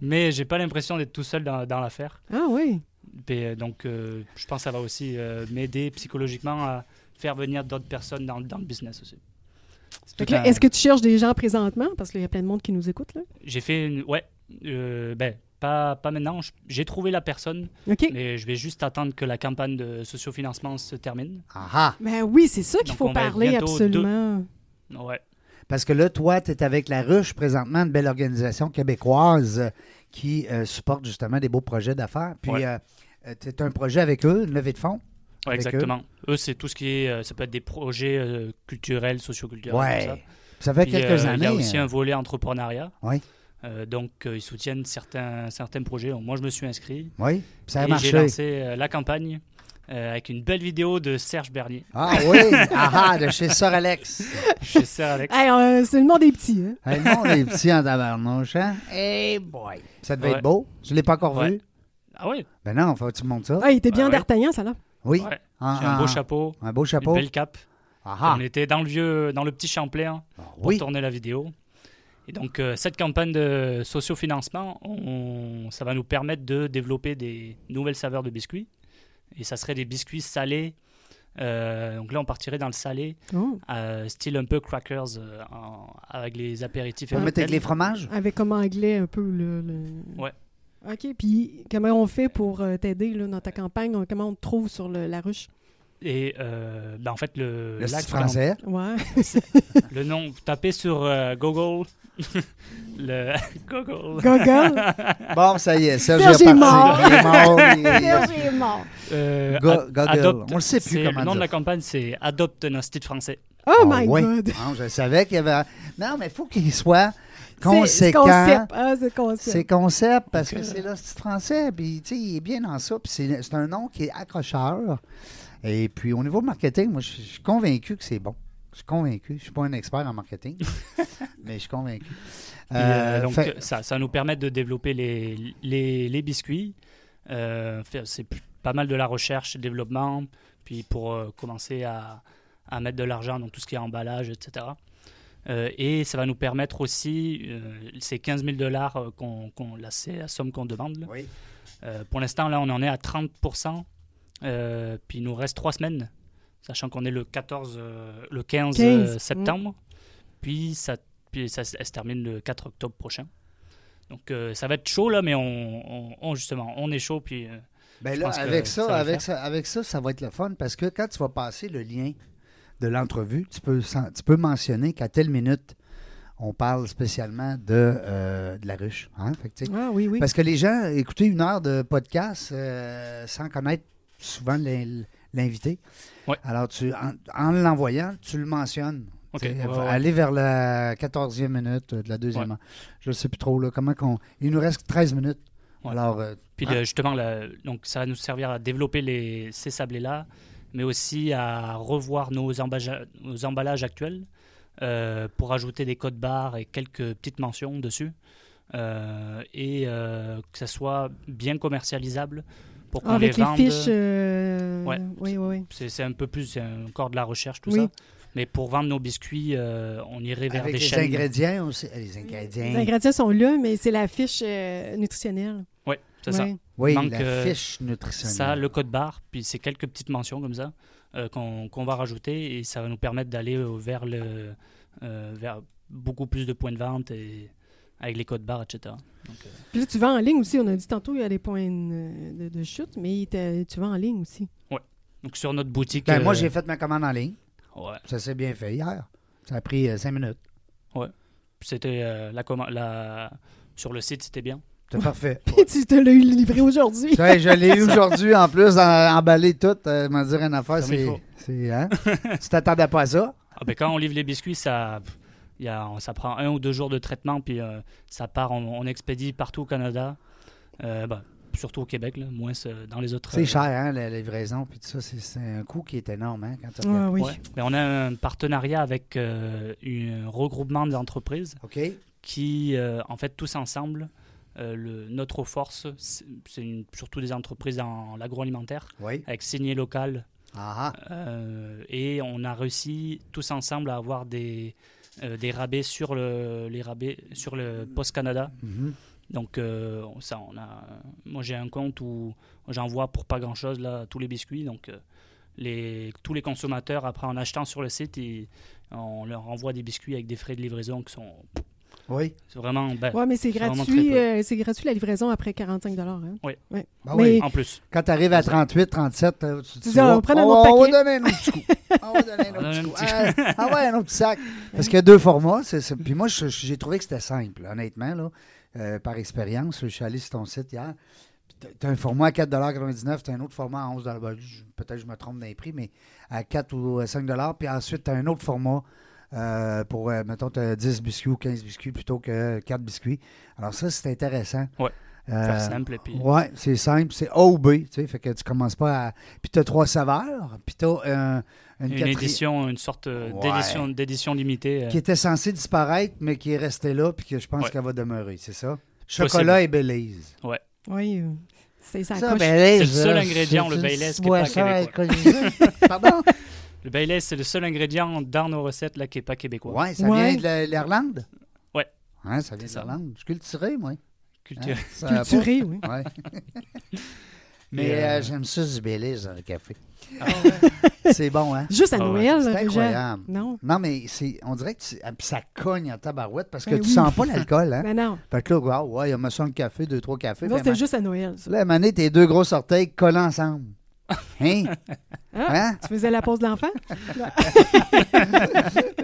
Mais j'ai pas l'impression d'être tout seul dans, dans l'affaire.
Ah oui.
Ben, euh, donc euh, je pense que ça va aussi euh, m'aider psychologiquement à faire venir d'autres personnes dans, le- dans le business aussi. C'est
Fait
tout
que là,
un-
Est-ce que tu cherches des gens présentement? Parce qu'il y a plein de monde qui nous écoute. Là.
J'ai fait une. Ouais. euh, ben, pas, pas maintenant. Je- J'ai trouvé la personne,
OK.
mais je vais juste attendre que la campagne de sociofinancement se termine.
Ah ah!
Ben oui, c'est ça qu'il
Donc,
faut
on va être
parler
bientôt
absolument.
Ouais.
Parce que là, toi, tu es avec La Ruche, présentement, une belle organisation québécoise euh, qui euh, supportent justement des beaux projets d'affaires. Puis, euh,
Ouais.
tu as un projet avec eux, une levée de fonds.
Ouais,
avec
exactement. Eux, c'est tout ce qui est. euh, Ça peut être des projets euh, culturels, socioculturels.
Ouais.
comme ça.
Ça fait
Puis,
quelques
euh,
années.
Il y a aussi
euh,
un volet entrepreneuriat.
Oui.
Euh, donc, euh, ils soutiennent certains, certains projets. Donc, Moi, je me suis inscrit.
Oui, puis ça a
et J'ai
marché.
lancé euh, la campagne euh, avec une belle vidéo de Serge Bernier
Ah oui, ah, ah, de chez Sœur Alex.
chez Serge Alex.
Hey, euh, c'est le monde des petits. hein.
Hey, non, les petits en tabarnouche, hein? Hey boy! Ça devait
Ouais.
être beau. Je ne l'ai pas encore
Ouais.
vu.
Ah oui,
Ben non, faut que tu me montres ça.
Ah, il était bien
Ah ouais.
d'Artagnan, ça là.
Oui.
ouais.
Ah,
J'ai un beau
ah,
chapeau,
Un beau
une
chapeau.
belle cape.
Ah, ah.
On était dans le vieux, dans le petit Champlain
Ah,
pour
oui.
tourner la vidéo. Et donc, euh, cette campagne de sociofinancement, on- ça va nous permettre de développer des nouvelles saveurs de biscuits. Et ça serait des biscuits salés. Euh, donc là, on partirait dans le salé,
Oh.
euh, style un peu crackers, euh, en- avec les apéritifs. et
Vous mettez avec
cocktails.
les fromages?
Avec comme anglais un peu le. le-
Ouais.
OK, puis comment on fait pour euh, t'aider là, dans ta campagne? On- Comment on te trouve sur le- la ruche?
Et euh, ben, en fait, le,
Le
là,
style français.
Ouais.
Le nom, vous tapez sur euh, Google. le Google.
Google.
Bon, ça y est, Serge
Serge
est
est
parti. Il est mort. Il est-
Serge est mort.
Euh,
Go- Google.
adopte-
On le sait plus
c'est-
comment
Le nom
dire
de la
ça.
campagne, c'est Adopte un style français.
Oh
Ah
my
ouais.
God.
Non, je savais qu'il y avait. Non, mais il faut qu'il soit
C'est- c'est
conséquent.
concept. Ah, c'est concept.
C'est concept parce que
Donc, euh,
c'est là, c'est français. Puis, tu sais, il est bien dans ça. Puis, c'est c'est un nom qui est accrocheur. Et puis, au niveau marketing, moi, je suis je suis convaincu que c'est bon. Je suis convaincu. Je suis pas un expert en marketing, mais je suis convaincu.
Et, euh,
Euh,
donc,
fait-
ça, ça nous permet de développer les, les, les biscuits. Euh, fait- c'est p- pas mal de la recherche, développement, puis pour euh, commencer à, à mettre de l'argent dans tout ce qui est emballage, etc. Euh, et ça va nous permettre aussi, euh, ces 15 000 dollars, euh, qu'on, qu'on- là, c'est la somme qu'on demande. là.
Oui.
Euh, pour l'instant, là, on en est à 30%. euh, puis il nous reste trois semaines, sachant qu'on est le 14, euh, le 15, euh,
15,
septembre. Puis ça, puis ça se elle se termine le 4 octobre prochain. Donc euh, ça va être chaud là, mais on, on- on- justement, on est chaud. Puis euh,
Ben
Je
là,
pense que
avec ça,
ça va le
avec
faire.
ça, avec ça, ça va être le fun parce que quand tu vas passer le lien de l'entrevue, tu peux, sen- tu peux mentionner qu'à telle minute, on parle spécialement de, euh, de la ruche. hein. Fait que, tu sais,
Ah oui, oui.
Parce que les gens, écouter une heure de podcast euh, sans connaître souvent l'in- l'invité.
Ouais.
Alors, tu, en, en l'envoyant, tu le mentionnes.
Ok,
Tu sais,
ouais, ouais.
Aller vers la 14e minute euh, de la deuxième
Ouais.
heure. Je ne sais plus trop là, comment qu'on. Il nous reste 13 minutes.
Ouais.
Alors, euh,
puis
Ah.
le- justement, la- donc ça va nous servir à développer les, ces sablés là, mais aussi à revoir nos, embaja- nos emballages actuels euh, pour ajouter des codes barres et quelques petites mentions dessus. euh, et euh, que ça soit bien commercialisable pour qu'on
Ah, avec
les
les,
vende.
fiches. euh,
Ouais.
Oui, oui, oui.
C'est c'est un peu plus, c'est encore de la recherche, tout
Oui.
ça. Mais pour vendre nos biscuits, euh, on irait vers
avec
des
les
chaînes.
ingrédients aussi. euh, Les ingrédients.
Les ingrédients sont là, mais c'est la fiche euh, nutritionnelle.
Ouais, c'est ça.
Ouais.
oui,
manque,
la
euh,
fiche nutritionnelle.
Ça, le code barre, puis c'est quelques petites mentions comme ça euh, qu'on qu'on va rajouter et ça va nous permettre d'aller euh, vers le euh, vers beaucoup plus de points de vente et avec les codes barres, etc. Donc, euh,
Puis là, tu vends en ligne aussi. On a dit tantôt, il y a des points euh, de, de chute, mais t'as- tu vends en ligne aussi.
donc sur notre boutique.
Ben, Moi,
euh,
j'ai fait ma commande en ligne.
ouais,
Ça s'est bien fait hier. Ça a pris 5 minutes.
c'était euh, la, comma- la sur le site, c'était bien.
C'est parfait.
Puis tu te l'as eu livré aujourd'hui.
Ça, je l'ai eu aujourd'hui en plus, en- emballé tout. Euh, m'en dire une affaire,
Comme il
c'est.
faut.
c'est- hein? tu t'attendais pas à ça?
Ah ben, quand on livre les biscuits, ça, pff, y a- ça prend un ou deux jours de traitement, puis euh, ça part, on, on expédie partout au Canada, Euh, bah, surtout au Québec, là, moins euh, dans les autres.
C'est
euh,
cher, hein, la livraison. Puis tout ça, c'est- c'est un coût qui est énorme, hein, quand tu
Ah,
regardes.
oui.
ouais. Mais on a un partenariat avec euh, un regroupement d'entreprises
OK?
qui, euh, en fait, tous ensemble, euh, le, notre force, c'est c'est une- surtout des entreprises dans l'agroalimentaire,
Oui.
avec Signé Local,
Ah, ah.
euh, et on a réussi tous ensemble à avoir des, euh, des rabais sur le, les rabais sur le Post Canada.
Mhm.
Donc euh, on- ça, on a. Moi, j'ai un compte où j'envoie pour pas grand chose là tous les biscuits. Donc euh, les, tous les consommateurs après en achetant sur le site, ils- on leur envoie des biscuits avec des frais de livraison qui sont
Oui.
c'est vraiment ben,
Ouais, mais c'est
C'est vraiment
gratuit.
très peu.
euh, c'est gratuit la livraison après 45 hein.
Ben
Mais-
oui.
en plus.
Quand tu arrives à 38, 37, euh, tu,
Tu dis, on
hop,
prend un
on,
autre
on va
paquet.
donner un autre petit coup. On va donner un
On
autre
donne
petit
un
coup.
petit
Ah, ah ouais, un autre petit sac. Parce qu'il y a deux formats. c'est- c'est- Puis moi, je- je- j'ai trouvé que c'était simple, honnêtement. Là. euh, par expérience. Je suis allé sur ton site hier. Tu as un format à 4,99 tu as un autre format à 11 Ben, je- Peut-être que je me trompe dans les prix, mais à 4 ou à 5 Puis ensuite, tu as un autre format euh, pour, euh, mettons, t'as 10 biscuits ou 15 biscuits plutôt que 4 biscuits. Alors, ça, c'est intéressant.
Ouais. Faire
Euh,
simple et puis.
Ouais, c'est simple, c'est A ou B, tu sais, fait que tu commences pas à... Puis t'as trois saveurs, puis t'as euh, une,
Une
quatrième
édition, une sorte euh,
Ouais.
d'édition, d'édition limitée. euh,
qui était censée disparaître, mais qui est restée là, puis que je pense
Ouais.
qu'elle va demeurer, c'est ça?
Possible.
Chocolat et Belize.
Oui, euh, c'est ça.
Belize,
coche.
C'est le seul
là,
ingrédient,
c'est
le
une
Belize, qui est
boisson
pas
alcoolisée. Pardon?
Le Baileys, c'est le seul ingrédient dans nos recettes là, qui n'est pas québécois.
Ouais, ça
Ouais.
vient de la- l'Irlande?
Ouais.
Hein, ça vient de
C'est ça.
l'Irlande. Je suis culturé, moi. Hein,
Culture-
ça a pas-
Culturé, oui.
Ouais. Mais
Mais,
euh,
euh,
j'aime ça du Belize dans le café. c'est bon, hein?
Juste à
Ah ouais.
Noël,
C'est
ben, déjà.
incroyable.
Non.
Non, mais c'est, on dirait que tu- ah, puis ça cogne en tabarouette parce que
Ben
tu
oui.
sens pas l'alcool. Hein?
Ben non.
Fait que là, wow, ouais, il y a monsieur le café, deux, trois cafés.
Non,
puis
c'était
à
juste à Noël. ça.
ma- Là, Mané, tes deux grosses orteils collent ensemble. Hein?
Ah,
hein?
tu faisais la pause de l'enfant?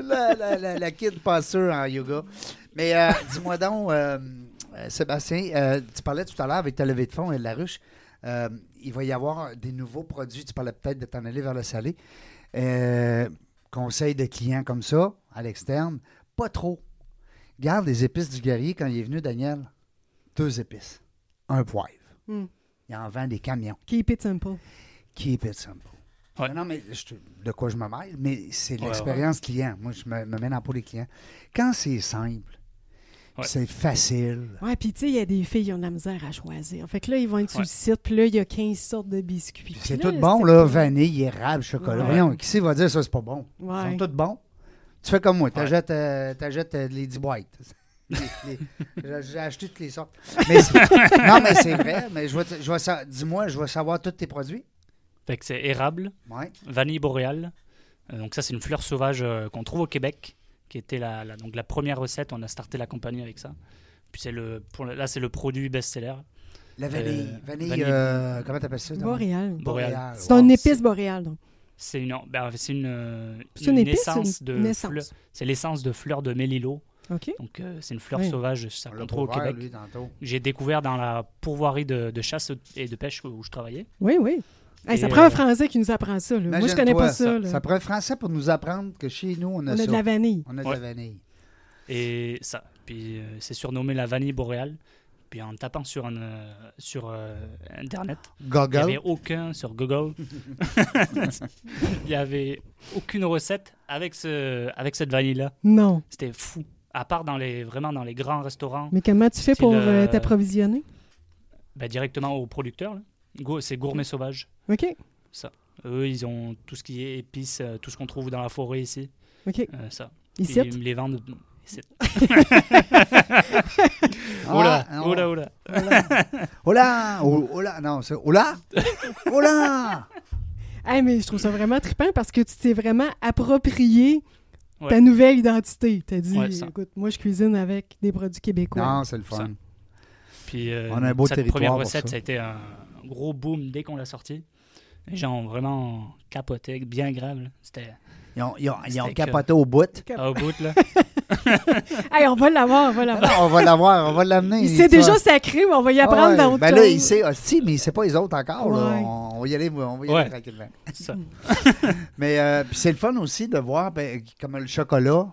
la, la, la- la kid pas sûre en yoga. Mais euh, dis-moi donc, euh, euh, Sébastien, euh, tu parlais tout à l'heure avec ta levée de fonds et de la ruche. euh, il va y avoir des nouveaux produits. Tu parlais peut-être de t'en aller vers le salé. Euh, conseil de clients comme ça, à l'externe, pas trop. Garde les épices du guerrier quand il est venu, Daniel. Deux épices, un poivre.
Hmm.
Il en vend des camions.
Keep it simple.
Keep it simple.
Ouais.
Non, Non, mais je te- de quoi je me mêle, mais c'est
Ouais,
l'expérience client. Moi, je me, me mets dans le pot des clients. Quand c'est simple,
Ouais.
c'est facile.
Ouais, puis tu sais, il y a des filles qui ont de la misère à choisir. Fait que là, ils vont être sur
Ouais.
le site, puis là, il y a 15 sortes de biscuits.
Puis C'est
Puis
tout bon,
c'est
là.
pas-
Vanille, érable, chocolat.
Ouais.
Voyons, qui c'est va dire ça, c'est pas bon? Ils
Ouais.
sont tous bons. Tu fais comme moi, t'achètes euh, t'achètes, euh, les 10 boîtes. Les- les- j'ai- J'ai acheté toutes les sortes. Mais c'est- non, mais c'est vrai. Mais je vais, te- je vais sa- dis-moi, je vais savoir tous tes produits.
Fait que c'est érable,
Ouais.
vanille boréale. Euh, donc ça, c'est une fleur sauvage euh, qu'on trouve au Québec, qui était la, la- donc la première recette. On a starté la compagnie avec ça. Puis c'est le, pour, le- là, c'est le produit best-seller.
La vanille.
Euh,
vanille,
vanille.
euh, comment t'appelles ça? Dom?
Boréal.
Boréale.
C'est un
wow.
épice boréale, donc.
C'est une, ben, c'est une, euh,
C'est une épice,
essence
une
de
naissance.
fleur- C'est l'essence de fleur de mélilo.
OK?
Donc euh, c'est une fleur
Oui.
sauvage, ça
On
qu'on
l'a
trouve au
pas ouvert,
Québec.
lui, tantôt.
J'ai découvert dans la pourvoirie de, de chasse et de pêche où je travaillais.
Oui, oui. Hey, ça
Et,
prend
euh,
un Français qui nous apprend ça. là. Moi, je connais
Imagine-toi,
pas ça. là.
Ça prend un français pour nous apprendre que chez nous, on
on
a,
a
ça.
de la vanille.
On a de
Ouais.
la vanille.
Et ça, puis euh, c'est surnommé la vanille boréale. Puis en tapant sur, un, euh, sur euh, Internet, il n'y
Gogol.
avait aucun, sur Google, il n'y avait aucune recette avec, ce, avec cette vanille-là.
Non.
C'était fou. À part dans les, vraiment dans les grands restaurants,
Mais comment tu fais
C'est
pour
le-
euh, t'approvisionner?
bah, directement aux producteurs. là. Go- C'est Gourmet Sauvage.
OK?
Eux, ils ont tout ce qui est épices, euh, tout ce qu'on trouve dans la forêt ici.
OK.
euh, ça.
Ici?
Ils me les vendent. ici.
Ah,
oh là,
non.
oh là, oh là.
Oh là, oh oh là, non, c'est oh là, oh là.
Hey, mais je trouve ça vraiment trippant parce que tu t'es vraiment approprié
Ouais.
ta nouvelle identité. T'as dit,
Ouais, ça.
écoute, moi, je cuisine avec des produits québécois.
Non, c'est le fun.
Puis euh,
On a un beau
cette
territoire
première
pour
recette,
ça.
ça. a été un gros boom dès qu'on l'a sorti. Les gens ont vraiment capoté, bien grave. là. C'était
Ils ont, ils ont- ils ont
C'était
capoté au bout.
au bout là.
Hey, on va l'avoir, on va
Ah
l'avoir.
non, on va l'avoir, on va l'amener.
Il sait
tu
déjà
vois.
sacré, mais on va y
Ah
apprendre
ouais,
dans autre
Ben là,
chose.
il sait, ah, si, mais il sait pas les autres encore. là.
Ouais.
On, on va y aller, on va y aller
Ouais.
tranquillement.
Ça.
Mais euh, puis c'est le fun aussi de voir ben, comme le chocolat.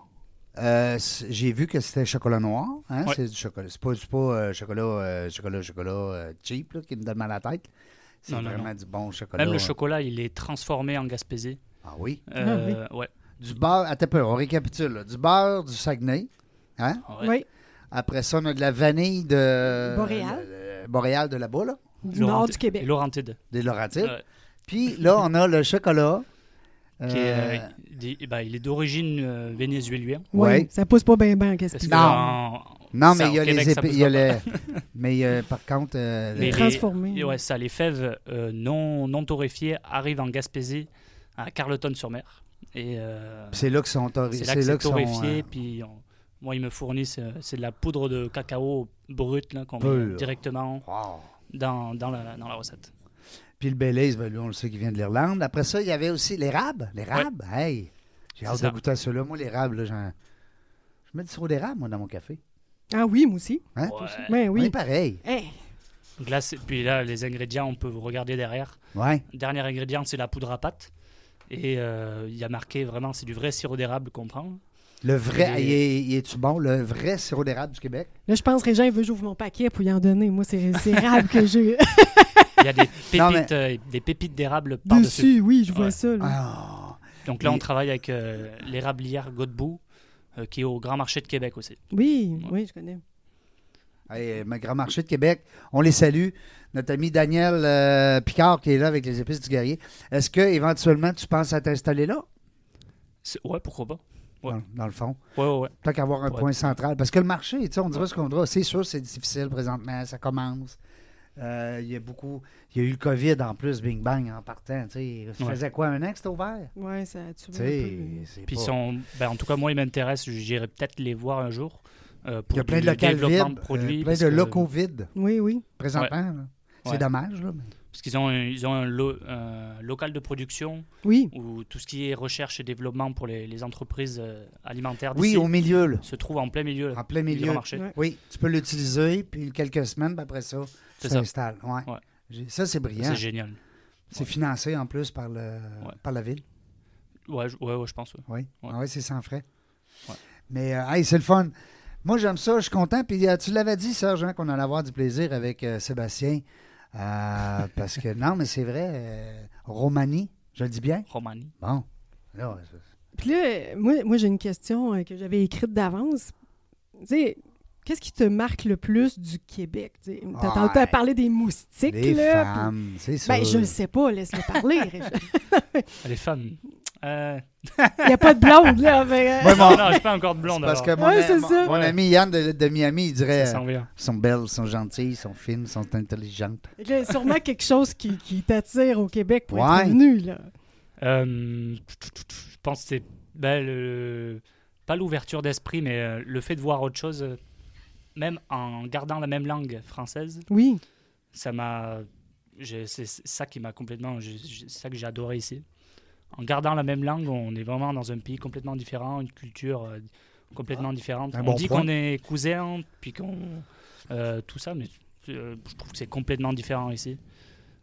euh, c- j'ai vu que c'était chocolat noir. Hein,
Ouais.
C'est du chocolat. C'est pas, c'est pas euh, chocolat, euh, chocolat, chocolat euh, cheap là, qui me donne mal à la tête. C'est
Non, non,
vraiment
non.
du bon chocolat.
Même le chocolat, il est transformé en Gaspésie.
Ah oui.
Euh, ouais.
Du beurre, attends un peu, on récapitule. là. Du beurre du Saguenay. Hein?
ouais.
Oui,
Après ça, on a de la vanille de.
Boréal.
le- le- boréal de là-bas, là,
du
Laurent-
nord du Québec.
et Laurentide.
des Laurentides.
Ouais.
Puis là, on a le chocolat.
Qui est, euh,
euh,
il, est- ben, il est d'origine euh, vénézuélienne.
Oui,
Ouais.
ça pousse pas bien, bien. Qu'est-ce
Parce
que
que
Non.
en-
Non,
ça,
mais il y a
au Québec,
les
ça
épées.
pousse
il y a
pas.
les- Mais euh, par contre, euh,
Mais
le-
les-
Transformé.
Et ouais, ça, les fèves euh, non, non torréfiées arrivent en Gaspésie, à Carleton-sur-Mer. Et euh,
c'est là que sont torré-
C'est là que c'est
que sont,
torréfié,
euh,
puis on- moi ils me fournissent, euh, c'est de la poudre de cacao brute là, qu'on
Pure.
met directement
wow.
dans, dans, la, dans la recette.
Puis le Belize, ben, lui, on le sait qu'il vient de l'Irlande. Après ça, il y avait aussi l'érable. L'érable, hey! J'ai
C'est
hâte de
ça.
goûter à ceux-là. Moi, l'érable, là, j'en- je mets du sirop d'érable, moi, dans mon café.
Ah oui, moi aussi.
Hein?
Euh, Ouais.
Ben
On est
oui.
pareil.
Hey,
Donc là, c'est- puis là, les ingrédients, on peut vous regarder derrière.
Ouais.
Dernier ingrédient, c'est la poudre à pâte. Et euh, il y a marqué vraiment, c'est du vrai sirop d'érable qu'on prend.
Le vrai,
Et-
il est, il est-tu bon, le vrai sirop d'érable du Québec?
Là, je pense que Régent, il veut que j'ouvre mon paquet pour y en donner. Moi, c'est c'est rare que j'ai
Il y a des
Non,
pépites, euh, des pépites d'érable par-dessus.
dessus. Oui, je vois
Ouais.
ça. là.
Ah,
Donc là,
Et-
on travaille avec euh, l'érablière Godbout, euh, qui est au Grand Marché de Québec aussi.
Oui, oui, je connais.
hey, ma grand marché de Québec, on les salue. Notre ami Daniel euh, Picard qui est là avec les épices du guerrier. Est-ce que éventuellement tu penses à t'installer là?
C'est- Ouais, pourquoi pas Ouais.
Dans, dans le fond.
Ouais, ouais, ouais.
Tant qu'à avoir un
Ouais.
point central. Parce que le marché, tu sais, on dira ce qu'on dira. C'est sûr, c'est difficile présentement, ça commence. Euh, Il y a beaucoup. Il y a eu le COVID en plus, Bing Bang, en partant. tu sais. Ça
Ouais.
faisait quoi, un an que c'était ouvert?
Oui, ça a
Tu
tué un peu.
sais, c'est
Puis
pas-
ils sont- ben, en tout cas, moi, ils m'intéressent. J'irai peut-être les voir un jour. euh, pour
Il y a plein
du
de locales vides,
développement de
euh,
produits.
plein
parce
de
que-
locaux vides,
Oui, oui.
présentement. là. C'est
Ouais.
dommage, là. mais-
Parce qu'ils ont, un- ils ont un lo- un local de production
Oui.
où tout ce qui est recherche et développement pour les, les entreprises euh, alimentaires
Oui,
d'ici
au milieu, là.
se trouve en plein milieu là,
En plein
du grand
milieu.
marché.
Ouais.
Oui, tu peux l'utiliser, puis quelques semaines, puis après ça, tu
C'est ça.
t'installes. Ouais.
Ouais.
J'ai- Ça, c'est brillant.
C'est génial.
C'est financé en plus par, le, par la ville.
Ouais, je, ouais, ouais, je pense. ouais.
Oui,
Ouais.
Ah ouais, c'est sans frais.
Ouais.
Mais euh, hey, c'est le fun. Moi, j'aime ça, je suis content. Puis euh, tu l'avais dit, Serge, hein, qu'on allait avoir du plaisir avec euh, Sébastien. Euh, parce que, non, mais c'est vrai, euh, Romanie, je le dis bien.
Romani.
Bon, là, c'est-
Puis là, euh, moi, moi j'ai une question euh, que j'avais écrite d'avance. Tu sais, qu'est-ce qui te marque le plus du Québec? Tu sais, T'entends
Ouais.
t'as parlé des moustiques,
les
là. puis-
femmes, c'est ça.
Ben, je le sais pas, laisse-le parler. Régent.
Les femmes. Euh,
Il n'y a pas de blonde, là. mais, euh,
Ouais,
non,
mon-
non, je suis pas encore de blonde.
Parce que
alors.
mon,
Ouais, c'est
mon-
ça.
mon
Ouais.
ami Yann de, de Miami, il dirait euh,
Ça s'en vient.
sont belles, sont gentilles, sont fines, sont intelligentes.
Il y a sûrement quelque chose qui, qui t'attire au Québec pour
Ouais.
être venu, là.
Euh, je pense que c'est ben, le- pas l'ouverture d'esprit, mais euh, le fait de voir autre chose, euh, même en gardant la même langue française,
Oui.
ça m'a. j'ai- C'est c'est ça qui m'a complètement. j'ai- j'ai- C'est ça que j'ai adoré ici. En gardant la même langue, on est vraiment dans un pays complètement différent, une culture euh, complètement différente.
un
on
bon
dit
point.
qu'on est cousins, puis qu'on. euh, tout ça, mais euh, je trouve que c'est complètement différent ici.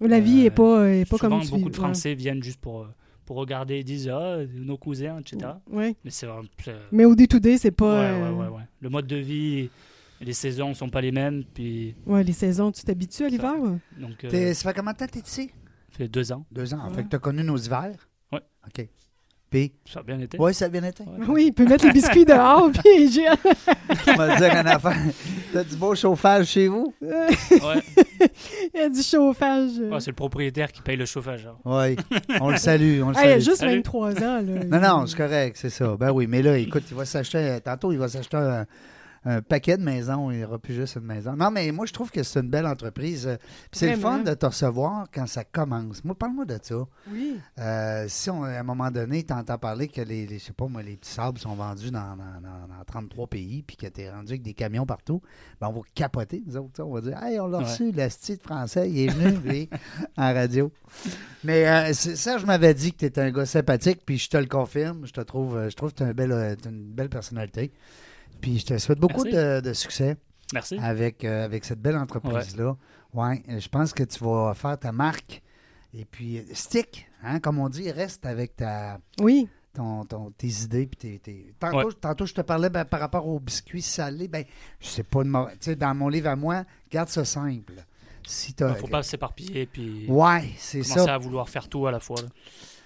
La vie n'est
Euh,
pas, est pas
Souvent,
comme tu
beaucoup
vis,
de Français viennent juste pour, euh, pour regarder et disent Ah, nos cousins, etc.
Ouais. hein. Ouais.
Mais c'est vraiment. c'est-
Mais au day-to-day, c'est pas...
ouais, ouais,
euh,
ouais, ouais. Le mode de vie, les saisons sont pas les mêmes, puis.
ouais, les saisons, tu t'habitues à l'hiver? ouais?
Donc, euh,
T'es- Ça fait combien de temps que t'es ici?
ça fait deux ans,
Deux ans.
Ouais.
Fait que t'as connu nos hivers?
Ouais.
OK. Puis,
ça a bien été.
ouais, ça a bien été.
Ouais.
Ah Oui, il peut mettre les biscuits dehors, puis j'ai...
On va dire en affaire. T'as du beau chauffage chez vous?
Ouais.
Il y a du chauffage.
Ouais, Ah, c'est le propriétaire qui paye le chauffage. hein.
Oui. On le salue, on le
Ah, il a
salue.
juste
Salut.
23 ans, là.
Non, non, c'est correct, c'est ça. Ben oui, mais là, écoute, il va s'acheter, euh, tantôt, il va s'acheter un, un paquet de maisons, il n'y aura plus juste une maison. Non, mais moi, je trouve que c'est une belle entreprise. euh, Puis c'est le fun
Vraiment.
de te recevoir quand ça commence. Moi, parle-moi de ça.
Oui.
Euh, si on, à un moment donné, tu entends parler que les, les- je sais pas moi, les petits sables sont vendus dans, dans- dans- dans 33 pays puis que tu es rendu avec des camions partout, ben on va capoter, nous autres. ça. On va dire Hey, on l'a
Ouais.
reçu, le style français, il est venu lui, en radio. Mais euh, c'est- Serge m'avait dit que tu étais un gars sympathique, puis je te le confirme. Je te trouve, euh, je trouve que tu une belle personnalité. Puis je te souhaite beaucoup
Merci.
de, de succès
Merci.
avec, euh, avec cette belle entreprise-là. Ouais. euh, je pense que tu vas faire ta marque. Et puis, euh, stick, hein, comme on dit, reste avec ta,
Oui.
ton, ton- tes idées. Puis tes, tes- Tantôt, tantôt, je te parlais ben, par rapport aux biscuits salés. Ben, je sais pas, de mo- tu sais, dans mon livre à moi, garde ça simple. Si t'as-
Il Ah, faut pas s'éparpiller, puis
Ouais, c'est
commencer
ça.
à vouloir faire tout à la fois. là.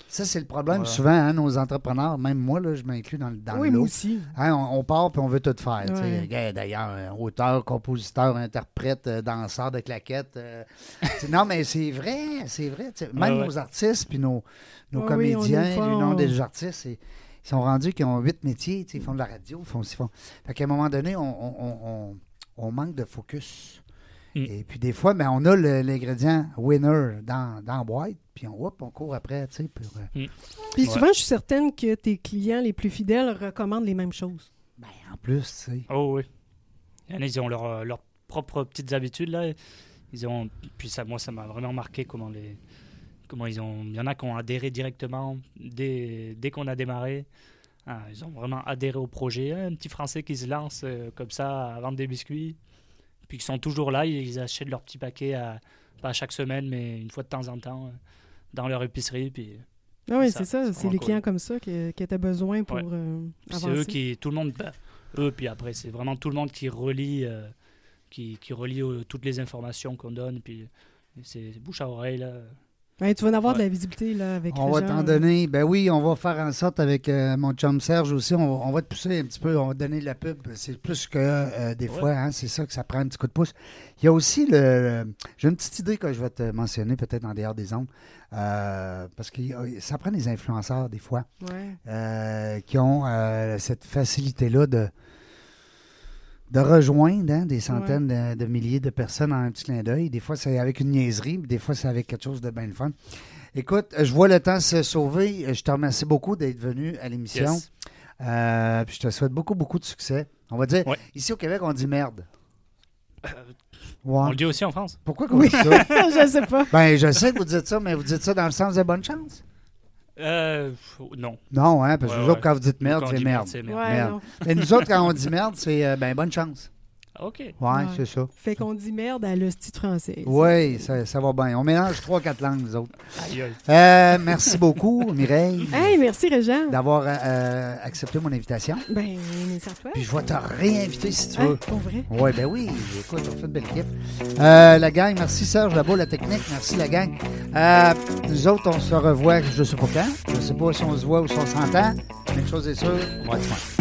Ça, c'est le problème
Ouais.
souvent, hein, nos entrepreneurs, même moi, là, je m'inclus dans, le- dans
oui,
le lot.
moi aussi.
Hein, on, on part puis on veut tout faire. tu sais.
Ouais.
Regarde, D'ailleurs, euh, auteur, compositeur, interprète, euh, danseur de claquettes. euh, tu sais, non, mais c'est vrai, c'est vrai. tu sais. Même
Ouais, ouais.
nos artistes puis nos, nos
Ouais, oui, on
comédiens,
est fort,
les noms
on-
des artistes, c'est- ils sont rendus qu'ils ont huit métiers. tu sais, Ils font de la radio, ils font, ils font... Fait qu'à un moment donné, on, on- on- on- on manque de focus.
Mm.
Et puis des fois, ben, on a le- l'ingrédient winner dans, dans la boîte, puis on, hop, on court après, tu sais, pour, euh,
Puis
Ouais.
souvent, je suis certaine que tes clients les plus fidèles recommandent les mêmes choses.
ben, en plus, tu sais.
Oh oui. Il y en a, ils ont leur, euh, leurs propres petites habitudes là. Ils ont puis ça moi ça m'a vraiment marqué comment les comment ils ont il y en a qui ont adhéré directement dès, dès qu'on a démarré Ah, ils ont vraiment adhéré au projet. Un petit Français qui se lance euh, comme ça à vendre des biscuits, puis qui sont toujours là, ils achètent leur petit paquet, à, pas chaque semaine, mais une fois de temps en temps, euh, dans leur épicerie. Puis,
Ah oui,
Ça, c'est
c'est ça. C'est
vraiment
les
cool.
clients comme ça que, que tu as besoin pour
Ouais.
euh,
puis c'est
avancer.
eux qui, tout le monde, bah, eux, puis après, c'est vraiment tout le monde qui relie, euh, qui, qui relie euh, toutes les informations qu'on donne, puis c'est bouche à oreille, là.
Ouais, tu vas en avoir de
Ouais.
la visibilité là, avec
On
les
va
gens,
t'en
là.
donner. Ben oui, on va faire en sorte avec euh, mon chum Serge aussi. On, on va te pousser un petit peu. On va te donner de la pub. C'est plus que euh, des
Ouais.
fois, hein, c'est ça que ça prend un petit coup de pouce. Il y a aussi le. le- J'ai une petite idée que je vais te mentionner peut-être en dehors des ondes. euh, parce que ça prend des influenceurs des fois
Ouais.
euh, qui ont euh, cette facilité-là de de rejoindre hein, des centaines de, de milliers de personnes en un petit clin d'œil. Des fois, c'est avec une niaiserie, puis des fois, c'est avec quelque chose de bien le fun. Écoute, je vois le temps se sauver. Je te remercie beaucoup d'être venu à l'émission.
Yes.
Euh, puis je te souhaite beaucoup, beaucoup de succès. On va dire,
Ouais.
ici au Québec, on dit merde.
On
Ouais.
le dit aussi en France.
Pourquoi qu'on dit ça?
je sais pas.
Ben, je sais que vous dites ça, mais vous dites ça dans le sens de bonne chance.
Euh, pff, non.
Non, hein, parce que
Ouais,
vous autres,
ouais.
quand vous dites merde,
Quand on
c'est
dit
merde.
c'est
Ouais,
merde.
Merde.
non.
Mais nous autres, quand on dit merde, c'est euh, ben bonne chance.
Ah, Ok.
Ouais,
Ouais.
c'est ça.
Fait qu'on dit merde à l'hostie de français.
Oui, ça, ça va bien. On mélange trois, quatre langues, nous autres.
Aïe, aïe.
Euh, merci beaucoup, Mireille,
Hey, merci Régent.
d'avoir euh, accepté mon invitation.
Ben, mais ça toi.
Puis je vais te réinviter si tu
Hein,
veux.
pour vrai.
Oui, ben oui, écoute, on fait une belle équipe. Euh, la gang, merci Serge Labo, la technique, merci la gang. Euh, nous autres, on se revoit, je sais pas quand, je sais pas si on se voit ou si on s'entend, mais une chose est sûre, on va être fun.